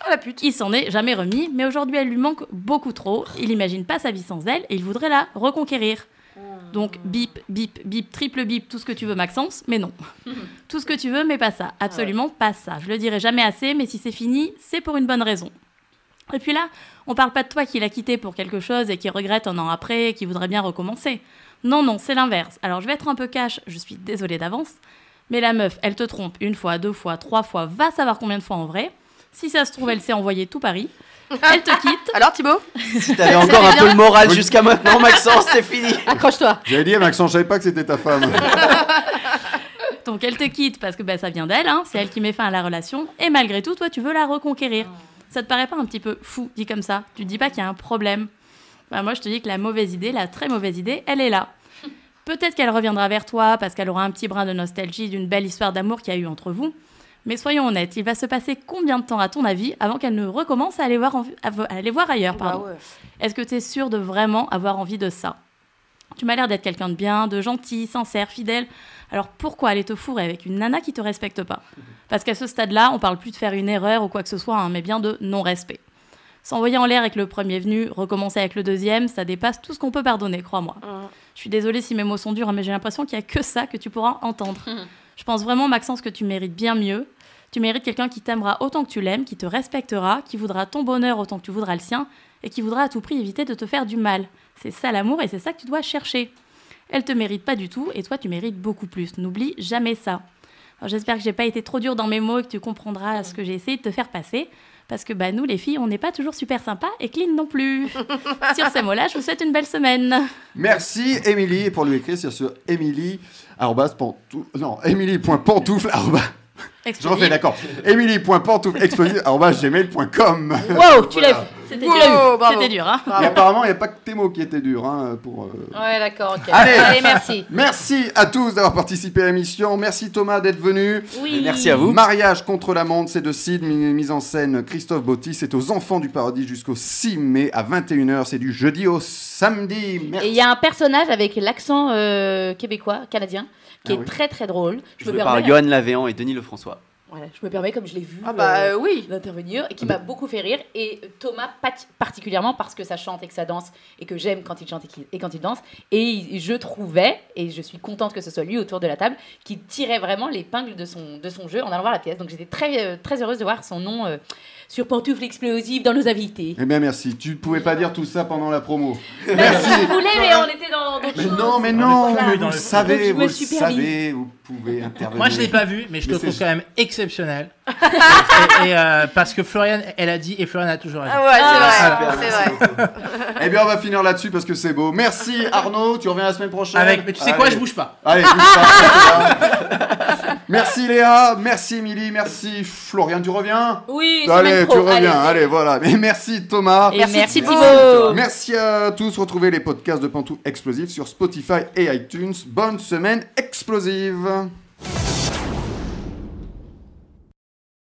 Speaker 7: Oh la pute.
Speaker 3: Il s'en est jamais remis, mais aujourd'hui elle lui manque beaucoup trop. Il imagine pas sa vie sans elle et il voudrait la reconquérir.
Speaker 7: Oh.
Speaker 3: Donc bip, bip, bip, triple bip, tout ce que tu veux Maxence, mais non. Tout ce que tu veux, mais pas ça. Absolument pas ça. Je le dirai jamais assez, mais si c'est fini, c'est pour une bonne raison. Et puis là, on parle pas de toi qui l'a quitté pour quelque chose et qui regrette un an après et qui voudrait bien recommencer. Non, non, c'est l'inverse. Alors je vais être un peu cash, je suis désolée d'avance. Mais la meuf, elle te trompe une fois, deux fois, trois fois, va savoir combien de fois en vrai. Si ça se trouve, elle s'est envoyée tout Paris. Elle te quitte.
Speaker 7: Alors Thibaut
Speaker 10: Si t'avais encore un peu le moral jusqu'à maintenant, Maxence, c'est fini.
Speaker 11: Accroche-toi.
Speaker 2: J'avais dit à Maxence, je savais pas que c'était ta femme.
Speaker 3: Donc elle te quitte parce que bah, ça vient d'elle, hein, c'est elle qui met fin à la relation. Et malgré tout, toi, tu veux la reconquérir. Ça te paraît pas un petit peu fou, dit comme ça Tu te dis pas qu'il y a un problème Bah, Moi, je te dis que la mauvaise idée, la très mauvaise idée, elle est là.
Speaker 12: Peut-être qu'elle reviendra vers toi parce qu'elle aura un petit brin de nostalgie d'une belle histoire d'amour qu'il y a eu entre vous. Mais soyons honnêtes, il va se passer combien de temps, à ton avis, avant qu'elle ne recommence à aller voir, en- à vo- à aller voir ailleurs
Speaker 7: Bah
Speaker 12: pardon.
Speaker 7: ouais.
Speaker 12: Est-ce que tu es sûr de vraiment avoir envie de ça Tu m'as l'air d'être quelqu'un de bien, de gentil, sincère, fidèle. Alors pourquoi aller te fourrer avec une nana qui te respecte pas Parce qu'à ce stade-là, on parle plus de faire une erreur ou quoi que ce soit, hein, mais bien de non-respect. S'envoyer en l'air avec le premier venu, recommencer avec le deuxième, ça dépasse tout ce qu'on peut pardonner, crois-moi. Je suis désolée si mes mots sont durs, hein, mais j'ai l'impression qu'il n'y a que ça que tu pourras entendre. Je pense vraiment, Maxence, que tu mérites bien mieux. Tu mérites quelqu'un qui t'aimera autant que tu l'aimes, qui te respectera, qui voudra ton bonheur autant que tu voudras le sien, et qui voudra à tout prix éviter de te faire du mal. C'est ça l'amour et c'est ça que tu dois chercher. Elle te mérite pas du tout et toi tu mérites beaucoup plus. N'oublie jamais ça. Alors, J'espère que j'ai pas été trop dure dans mes mots et que tu comprendras ce que j'ai essayé de te faire passer. Parce que bah, nous, les filles, on n'est pas toujours super sympas et clean non plus. Sur ces mots-là, je vous souhaite une belle semaine.
Speaker 2: Merci Émilie et pour lui écrire c'est sur Émilie arrobas pantou- non Émilie.pantoufle arrobas- je refais d'accord Émilie.pantoufle explosive arrobas gmail.com
Speaker 12: Wow, tu l'as vu. C'était
Speaker 7: Wow,
Speaker 12: dur.
Speaker 7: bravo.
Speaker 12: C'était dur. hein.
Speaker 2: et apparemment il n'y a pas que tes mots qui étaient durs hein, pour euh,
Speaker 7: Ouais, d'accord, ok.
Speaker 2: Allez.
Speaker 7: merci.
Speaker 2: Merci à tous d'avoir participé à l'émission. Merci Thomas d'être venu.
Speaker 7: Oui.
Speaker 10: Merci à vous.
Speaker 2: Mariage contre la montre, c'est de Sid, mi- mise en scène Christophe Botti. C'est aux Enfants du Paradis jusqu'au 6 mai à 21h. C'est du jeudi au samedi. Merci.
Speaker 3: Et il y a un personnage avec l'accent euh, québécois, canadien, qui
Speaker 10: Ah
Speaker 3: est
Speaker 10: oui.
Speaker 3: très très drôle.
Speaker 10: Joué par Johan Lavéan et Denis Lefrançois.
Speaker 3: Voilà, je me permets, comme je l'ai vu,
Speaker 7: bah, euh,
Speaker 3: d'intervenir et qui
Speaker 2: Ah bah.
Speaker 3: m'a beaucoup fait rire. Et Thomas, pat- particulièrement parce que ça chante et que ça danse et que j'aime quand il chante et, qu'il- et quand il danse. Et il- je trouvais, et je suis contente que ce soit lui autour de la table, qui tirait vraiment l'épingle de son, de son jeu en allant voir la pièce. Donc j'étais très, euh, très heureuse de voir son nom euh, sur pantoufles explosives dans nos invités.
Speaker 2: Eh bien, merci. Tu ne pouvais pas dire tout ça pendant la promo.
Speaker 3: Si
Speaker 6: Bah,
Speaker 3: vous voulez, mais on était dans. d'autres
Speaker 2: Mais
Speaker 3: choses.
Speaker 2: non, mais non,
Speaker 3: Voilà.
Speaker 2: vous le savez,
Speaker 3: Donc,
Speaker 2: vous le
Speaker 3: je me supervise.
Speaker 2: savez, vous pouvez intervenir.
Speaker 6: Moi, je l'ai pas vu, mais je te
Speaker 2: c'est
Speaker 6: trouve quand même exceptionnel. et, et, euh, parce que Florian, elle a dit, et Florian a toujours raison.
Speaker 7: Ah ouais, c'est
Speaker 6: Voilà.
Speaker 7: vrai, c'est vrai.
Speaker 2: Eh bien, on va finir là-dessus parce que c'est beau. Merci Arnaud, tu reviens la semaine prochaine.
Speaker 6: Avec- mais tu sais quoi,
Speaker 2: Allez.
Speaker 6: je bouge pas.
Speaker 2: Allez, bouge pas, bouge pas. merci Léa, merci Émilie, merci Florian, tu reviens
Speaker 3: Oui,
Speaker 2: Allez,
Speaker 3: semaine
Speaker 2: tu
Speaker 3: pro,
Speaker 2: reviens, hein.
Speaker 3: allez.
Speaker 2: allez, voilà. Mais merci Thomas.
Speaker 3: Et Merci, merci, Thibaut. Thibaut.
Speaker 2: Merci à tous. Retrouvez les podcasts de Pantou Explosif sur Spotify et iTunes. Bonne semaine explosive.